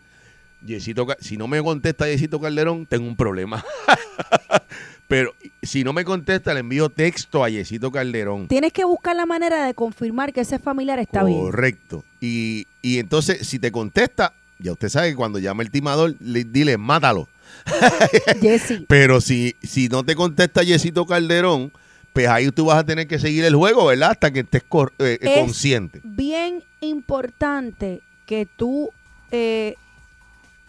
Yesito, Ca- si no me contesta Yesito Calderón, tengo un problema. (laughs) pero si no me contesta, le envío texto a Yesito Calderón. Tienes que buscar la manera de confirmar que ese familiar está bien. Correcto. Y, y entonces, si te contesta, ya usted sabe que cuando llama el timador, le- dile, mátalo. (laughs) Jessy. Pero si, si no te contesta Yesito Calderón, pues ahí tú vas a tener que seguir el juego, ¿verdad? Hasta que estés cor- eh, eh, Es- consciente. Bien importante que tú eh,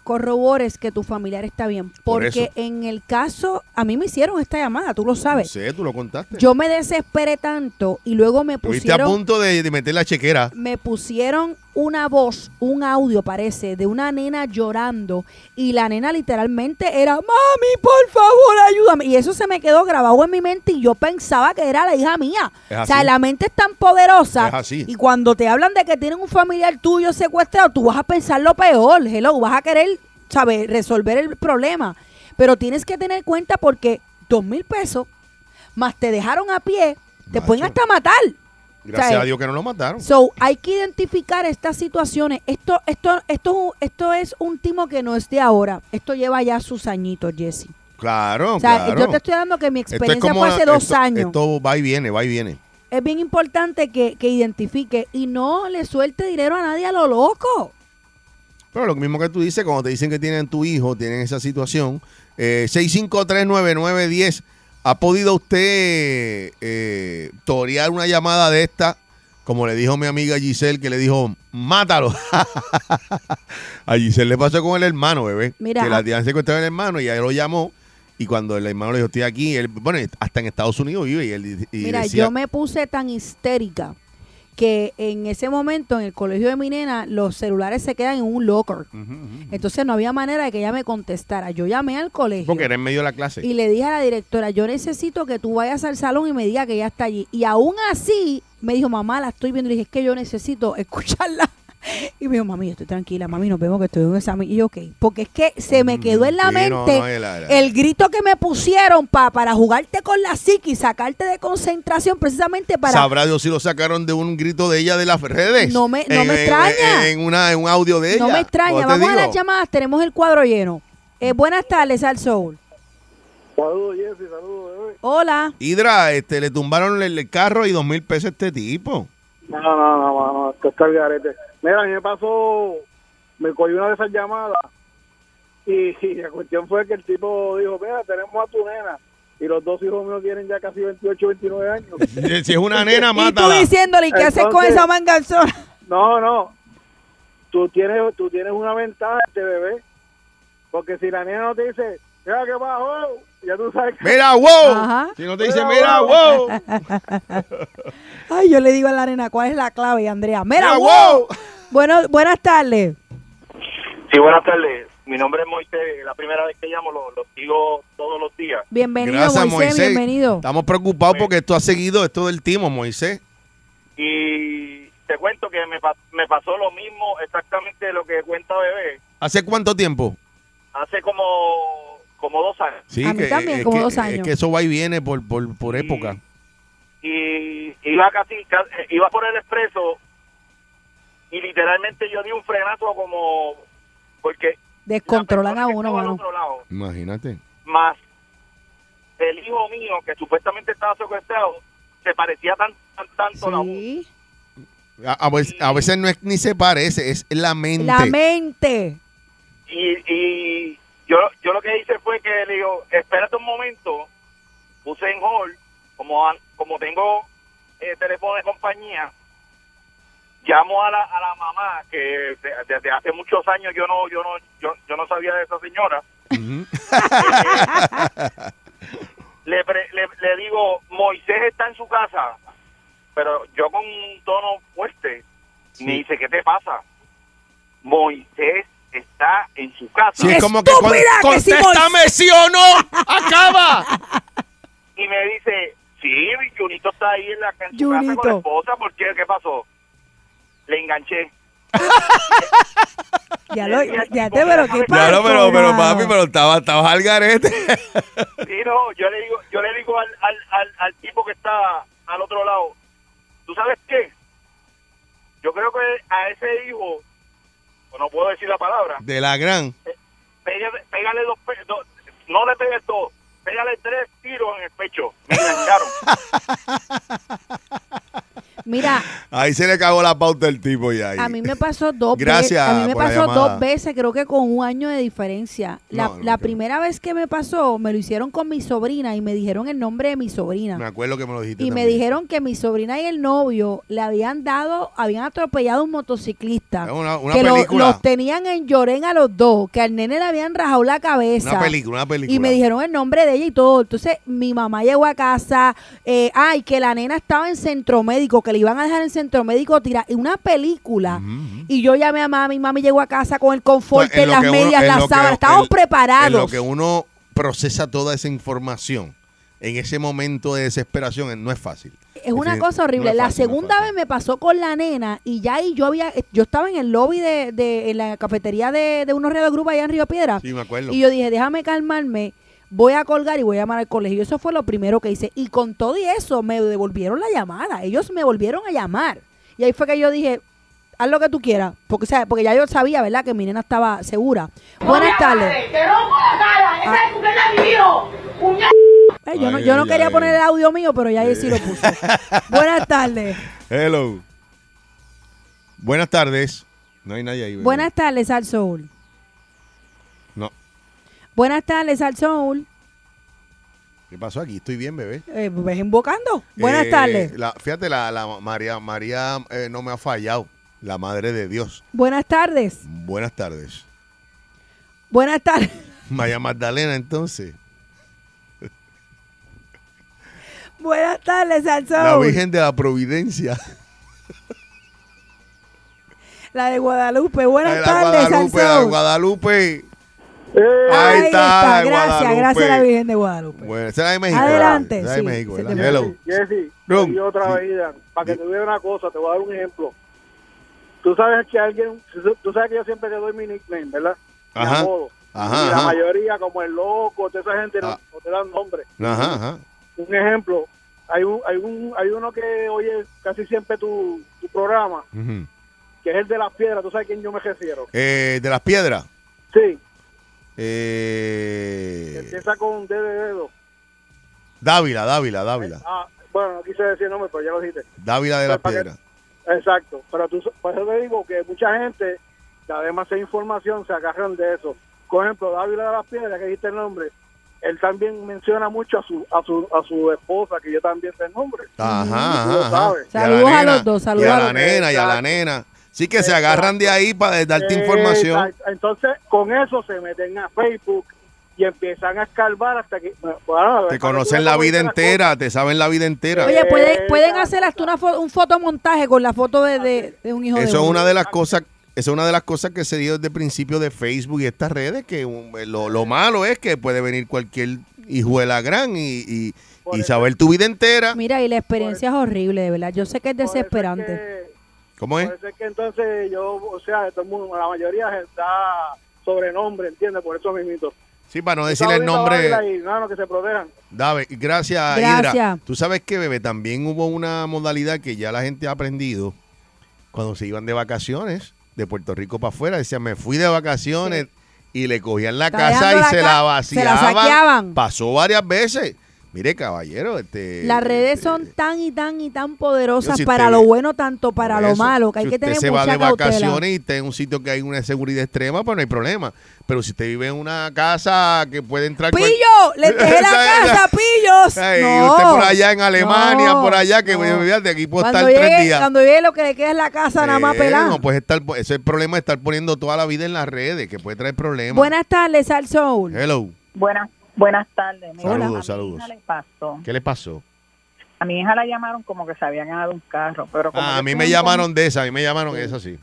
corrobores que tu familiar está bien. Por Porque eso. en el caso, a mí me hicieron esta llamada, tú lo No sabes. sé, tú lo contaste. Yo me desesperé tanto y luego me Estuviste a pusieron punto de, de meter la chequera. me pusieron una voz, un audio parece, de una nena llorando y la nena literalmente era, mami, por favor, ayúdame. Y eso se me quedó grabado en mi mente y yo pensaba que era la hija mía. Es O sea, así. la mente es tan poderosa. Es así. Y cuando te hablan de que tienen un familiar tuyo secuestrado, tú vas a pensar lo peor, hello, vas a querer, ¿sabes?, resolver el problema. Pero tienes que tener cuenta porque dos mil pesos más te dejaron a pie, te Macho. pueden hasta matar. Gracias ¿Sabes? a Dios que no lo mataron. eh, So, hay que identificar estas situaciones. Esto, esto, esto, esto es un timo que no es de ahora. Esto lleva ya sus añitos, Jesse. claro, o sea, claro. yo te estoy dando que mi Esto es experiencia como fue una- hace dos esto- años. Esto va y viene, va y viene. Es bien importante que, que identifique y no le suelte dinero a nadie a lo loco. Pero lo mismo que tú dices, cuando te dicen que tienen tu hijo, tienen esa situación, eh, 6539910, ¿ha podido usted eh, torear una llamada de esta? Como le dijo mi amiga Giselle, que le dijo, mátalo. (laughs) a Giselle le pasó con el hermano, bebé. Mira. Que la tía secuestrado el hermano y ella lo llamó. Y cuando el hermano le dijo, estoy aquí, él, bueno, hasta en Estados Unidos vive. Y él y Mira, decía, yo me puse tan histérica que en ese momento en el colegio de mi nena los celulares se quedan en un locker. Entonces no había manera de que ella me contestara. Yo llamé al colegio. Porque era en medio de la clase. Y le dije a la directora, yo necesito que tú vayas al salón y me diga que ya está allí. Y aún así, me dijo, mamá, la estoy viendo. Le dije, es que yo necesito escucharla. (laughs) Y me dijo, mami, yo estoy tranquila, mami, nos vemos que estoy en un examen. Y yo, ok, porque es que se me quedó en la Mm, sí, mente no, no, el- el- el grito que me pusieron pa- para jugarte con la psique y sacarte de concentración precisamente para... Sabrá Dios si lo sacaron de un grito de ella de las redes. No me- no En- me en- extraña. En, una, en un audio de ella. no me extraña, ¿Cómo te vamos a digo? las llamadas, tenemos el cuadro lleno. Eh, buenas tardes, Al Soul. Saludos, Jesse, saludos, bebé. Hola. Hidra, este, le tumbaron el, el carro y dos mil pesos a este tipo. No, no, no, no, no, esto está el garete. Mira, a mí me pasó, me cogí una de esas llamadas y, (laughs) y la cuestión fue que el tipo dijo, mira, tenemos a tu nena y los dos hijos míos tienen ya casi 28, 29 años. Si es una (laughs) nena, Y tú mátala. diciéndole, ¿y qué haces con Entonces- esa manganzona? No, no, tú tienes, tú tienes una ventaja, este bebé, porque si la nena no te dice, mira, ¿qué pasó? Ya tú sabes que... Mira, wow. Ajá. Si no te dice, Mira, mira, wow. Ay, yo le digo a la arena, ¿cuál es la clave, Andrea? Mira, Mira, wow. wow. Bueno, buenas tardes. Eh, Sí, buenas tardes. Mi nombre es Moisés, es la primera vez que llamo, lo, lo sigo todos los días. Bienvenido, Gracias, Moisés, Moisés. bienvenido. Estamos preocupados porque esto ha seguido esto del timo, Moisés. Y te cuento que me, pa- me pasó lo mismo exactamente lo que cuenta Bebé ¿Hace cuánto tiempo? hace como, como dos años. Sí, A mí también, como que- dos es años. que eso va y viene por, por, por época. y iba casi, ca- iba por el expreso y literalmente yo di un frenazo como porque Descontrolan a uno, estaba al mano. otro lado Imagínate. más el hijo mío que supuestamente estaba secuestrado se parecía tan, tan tanto la voz. A, a veces, a veces no es ni se parece, es la mente. La mente. y, y yo, yo lo que hice fue que le digo, espérate un momento, puse en hold, como, an- como tengo eh, teléfono de compañía, llamo a la, a la mamá, que de- desde hace muchos años yo no, yo no, yo, yo no sabía de esa señora. (laughs) le, pre- le, le digo, Moisés está en su casa, pero yo con un tono fuerte, me dice, ¿qué te pasa? Moisés está en su casa. Sí, es como que cuando- contéstame sí o no, acaba. (laughs) Y me dice, sí, Junito está ahí en, la, en su casa con Junito. la esposa, ¿por qué? ¿Qué pasó? Le enganché. Ya, lo, ya te, pero qué pasa. Claro, pero, pero papi, pero estabas estaba al garete. Sí, no, yo le digo, yo le digo al, al, al, al tipo que está al otro lado, ¿tú sabes qué? Yo creo que a ese hijo, o no puedo decir la palabra, (laughs) De la gran. pégale, pégale dos, pe- dos- no le pegues todo, pégale tres tiros en el pecho. Me engancharon. Mira, Ahí se le cagó la pauta del tipo ya. ahí. a mí me pasó dos Gracias veces. A mí me por la pasó llamada. dos veces, creo que con un año de diferencia. La, No, no la creo. primera vez que me pasó, me lo hicieron con mi sobrina y me dijeron el nombre de mi sobrina. Me acuerdo que me lo dijiste. y me también. dijeron que mi sobrina y el novio le habían dado, habían atropellado a un motociclista. Es una- una que lo- película. los tenían en llorén a los dos, que al nene le habían rajado la cabeza. Una película, una película. Y me dijeron el nombre de ella y todo. Entonces mi mamá llegó a casa, eh, ay, que la nena estaba en centro médico, que le iban a dejar en centro médico tirar una película. Y yo llamé a mami, mami llegó a casa con el confort, Pues, en lo las que uno- medias, en las lo que- sábanas, estábamos en- preparados. En lo que uno procesa toda esa información, en ese momento de desesperación, eh, no es fácil. Es una decir, cosa horrible. no es la fácil, no es segunda vez me pasó con la nena y ya ahí yo había, yo estaba en el lobby de, de en la cafetería de, de unos redes de grupo allá en Río Piedra. Sí, me acuerdo. Y yo dije, déjame calmarme, voy a colgar y voy a llamar al colegio. Eso fue lo primero que hice. Y con todo y eso me devolvieron la llamada. Ellos me volvieron a llamar. Y ahí fue que yo dije, haz lo que tú quieras. Porque, o sea, porque ya yo sabía, ¿verdad? Que mi nena estaba segura. Buenas tardes. Te rompo la cara, esa es tu pena de mi hijo. Puñal. Eh, yo no, Ay, yo no ay, quería ay. poner el audio mío, pero ya ahí sí lo puse. (laughs) Buenas tardes. Hello. Buenas tardes. No hay nadie ahí. bebé. Buenas tardes al Soul. No. Buenas tardes al Soul. ¿Qué pasó aquí? Estoy bien, bebé. Eh, ¿Ves invocando? Buenas Eh, tardes. la- fíjate, la, la María, María eh, no me ha fallado. La madre de Dios. Buenas tardes. Buenas tardes. (laughs) Buenas tardes. (laughs) María Magdalena, entonces. Buenas tardes al Soul. La Virgen de la Providencia. La de Guadalupe. Buenas Ay, (laughs) la tardes al Guadalupe, la Soul. Guadalupe. Ahí está. Gracias, la Guadalupe. gracias a la Virgen de Guadalupe. Bueno, esa era de México. Adelante, ¿verdad? Esa era de sí, México, se ¿verdad? te Hello. Jesse, Rum. y otra vida. Para que te vea una cosa, te voy a dar un ejemplo. Tú sabes que alguien, tú sabes que yo siempre te doy mi nickname, ¿verdad? Mi Ajá. apodo. Ajá, y la ajá. mayoría, como el loco, toda esa gente, no- Ah. no te dan nombre. Ajá, ajá. Un ejemplo, hay un, hay un, hay uno que oye casi siempre tu, tu programa, Ujú. que es el de las piedras. ¿Tú sabes a quién yo me refiero? Eh, de las piedras. Sí. Eh, Empieza con D de dedo. Dávila, Dávila, Dávila. Ah, bueno, no quise decir nombre, pero ya lo dijiste. Dávila de las Pues, para piedras. Exacto, pero tú, por eso te digo que mucha gente, además de información, se agarran de eso. Por ejemplo, Dávila de las Piedras, que dijiste el nombre, él también menciona mucho a su, a su, a su esposa, que yo también sé el nombre. Ajá, Tú lo ajá, ajá. sabes. Y la Saludos a nena, los dos, saludos Y a a la los dos. nena, y a la Exacto. nena. Sí que se agarran de ahí para darte información. Eh, Exacto. Entonces, con eso se meten a Facebook y empiezan a escarbar hasta que... bueno, Te conocen la vida entera, te saben la vida entera. Oye, pueden, pueden hacer hasta una fo- un fotomontaje con la foto de, de- de un hijo de Eso es uno. una de las cosas Esa es una de las cosas que se dio desde el principio de Facebook y estas redes, que um, lo, lo malo es que puede venir cualquier hijuela gran y, y- y saber tu vida entera. Mira, y la experiencia es horrible, de verdad. Yo sé que es desesperante. ¿Eh? ¿Cómo es? Por eso es que entonces yo, o sea, todo el mundo, la mayoría está sobrenombre, ¿entiendes? Por eso mismito. Sí, para no decir el nombre. Y, no, que se protejan. Dave, gracias, Gracias. Hidra. Tú sabes que, bebé, también hubo una modalidad que ya la gente ha aprendido cuando se iban de vacaciones de Puerto Rico para afuera. Decían, me fui de vacaciones y le cogían la Está casa dejando y la se ca- la se la vaciaban. saqueaban. Pasó varias veces. Mire, caballero, este. Las redes son tan y tan y tan Yo, poderosas si para usted lo ve- bueno tanto para por lo eso, malo, que hay si que tener usted se va mucha de cautela. vacaciones y está en un sitio que hay una seguridad extrema, pues no hay problema. Pero si usted vive en una casa que puede entrar... cual- ¡Pillo! (laughs) ¡Le dejé la casa, (laughs) pillos! Ay, No, usted por allá en Alemania, no, por allá, que no. olvídate, aquí puedo Cuando estar tres llegue, días. cuando llegue lo que le queda es la casa nada más Eh, pelada. No, pues estar, ese es el problema de estar poniendo toda la vida en las redes, que puede traer problemas. Buenas tardes, Al Soul. Hello. Buenas, buenas tardes. Mira, Saludos, a mi saludos. hija le pasó. ¿Qué le pasó? A mi hija la llamaron como que se había ganado un carro, pero como Ah, yo a mí estoy me en un llamaron de esa, a mí me llamaron de esa, sí. comi-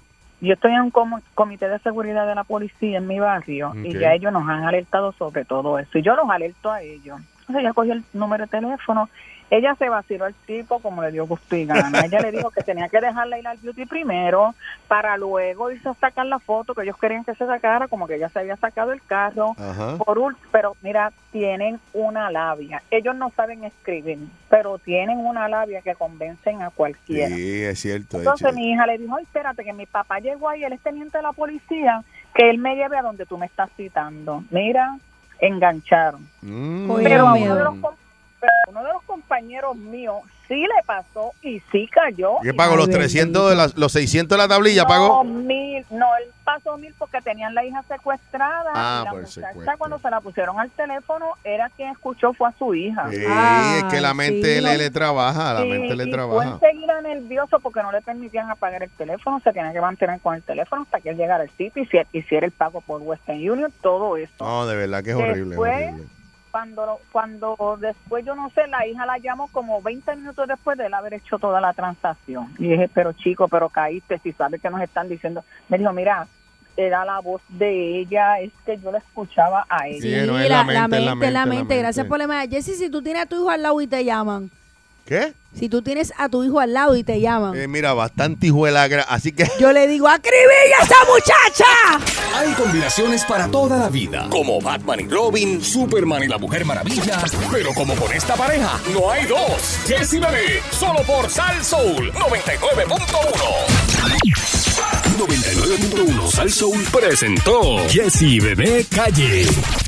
Yo estoy en un comi- comité de seguridad de la policía en mi barrio y Ok. ya ellos nos han alertado sobre todo eso. Y yo los alerto a ellos. Entonces ella cogió el número de teléfono. Ella se vaciló al tipo como le dio gusto y gana. Ella le (laughs) dijo que tenía que dejarla ir al beauty primero para luego irse a sacar la foto que ellos querían que se sacara, como que ella se había sacado el carro. Ajá. Por ul- pero mira, tienen una labia. Ellos no saben escribir, pero tienen una labia que convencen a cualquiera. Sí, es cierto. es Entonces cierto. mi hija le dijo, "Ay, espérate, que mi papá llegó ahí, él es teniente de la policía, que él me lleve a donde tú me estás citando. Mira, engancharon. Mm. Pero a uno de los, com- pero a uno de los compañeros míos sí le pasó y sí cayó. ¿Qué pagó? ¿Los 300, de la- los 600 de la tablilla no, pagó? mil, no, él pasó mil porque tenían la hija secuestrada. Ah, y la por muchacha secuestro. cuando se la pusieron al teléfono, era quien escuchó, fue a su hija. Sí, Ah, es que la mente le, le trabaja, la Sí, mente le y trabaja. Fue enseguida nervioso porque no le permitían apagar el teléfono, se tenía que mantener con el teléfono hasta que él llegara al sitio y si- hiciera el pago por Western Union, todo eso. No, de verdad que es horrible. es Después, horrible. Cuando, lo- cuando después, yo no sé, la hija la llamó como 20 minutos después de él haber hecho toda la transacción. Y dije, pero chico, pero caíste, si sabes que nos están diciendo. Me dijo, mira, era la voz de ella, es que yo la escuchaba a ella. Sí, no, es la mente, es la mente, la la mente. Gracias mente. por la llamada. Jessy, si tú tienes a tu hijo al lado y te llaman. ¿Qué? Si tú tienes a tu hijo al lado y te llaman. Eh, mira, bastante hijuela, gra- así que... Yo le digo, ¡acribilla a esa muchacha! Hay combinaciones para toda la vida, como Batman y Robin, Superman y la Mujer Maravilla, pero como con esta pareja, no hay dos. Jessy Bebé, solo por Sal Soul 99.1. 99.1 Sal Soul presentó Jessy Bebé Calle.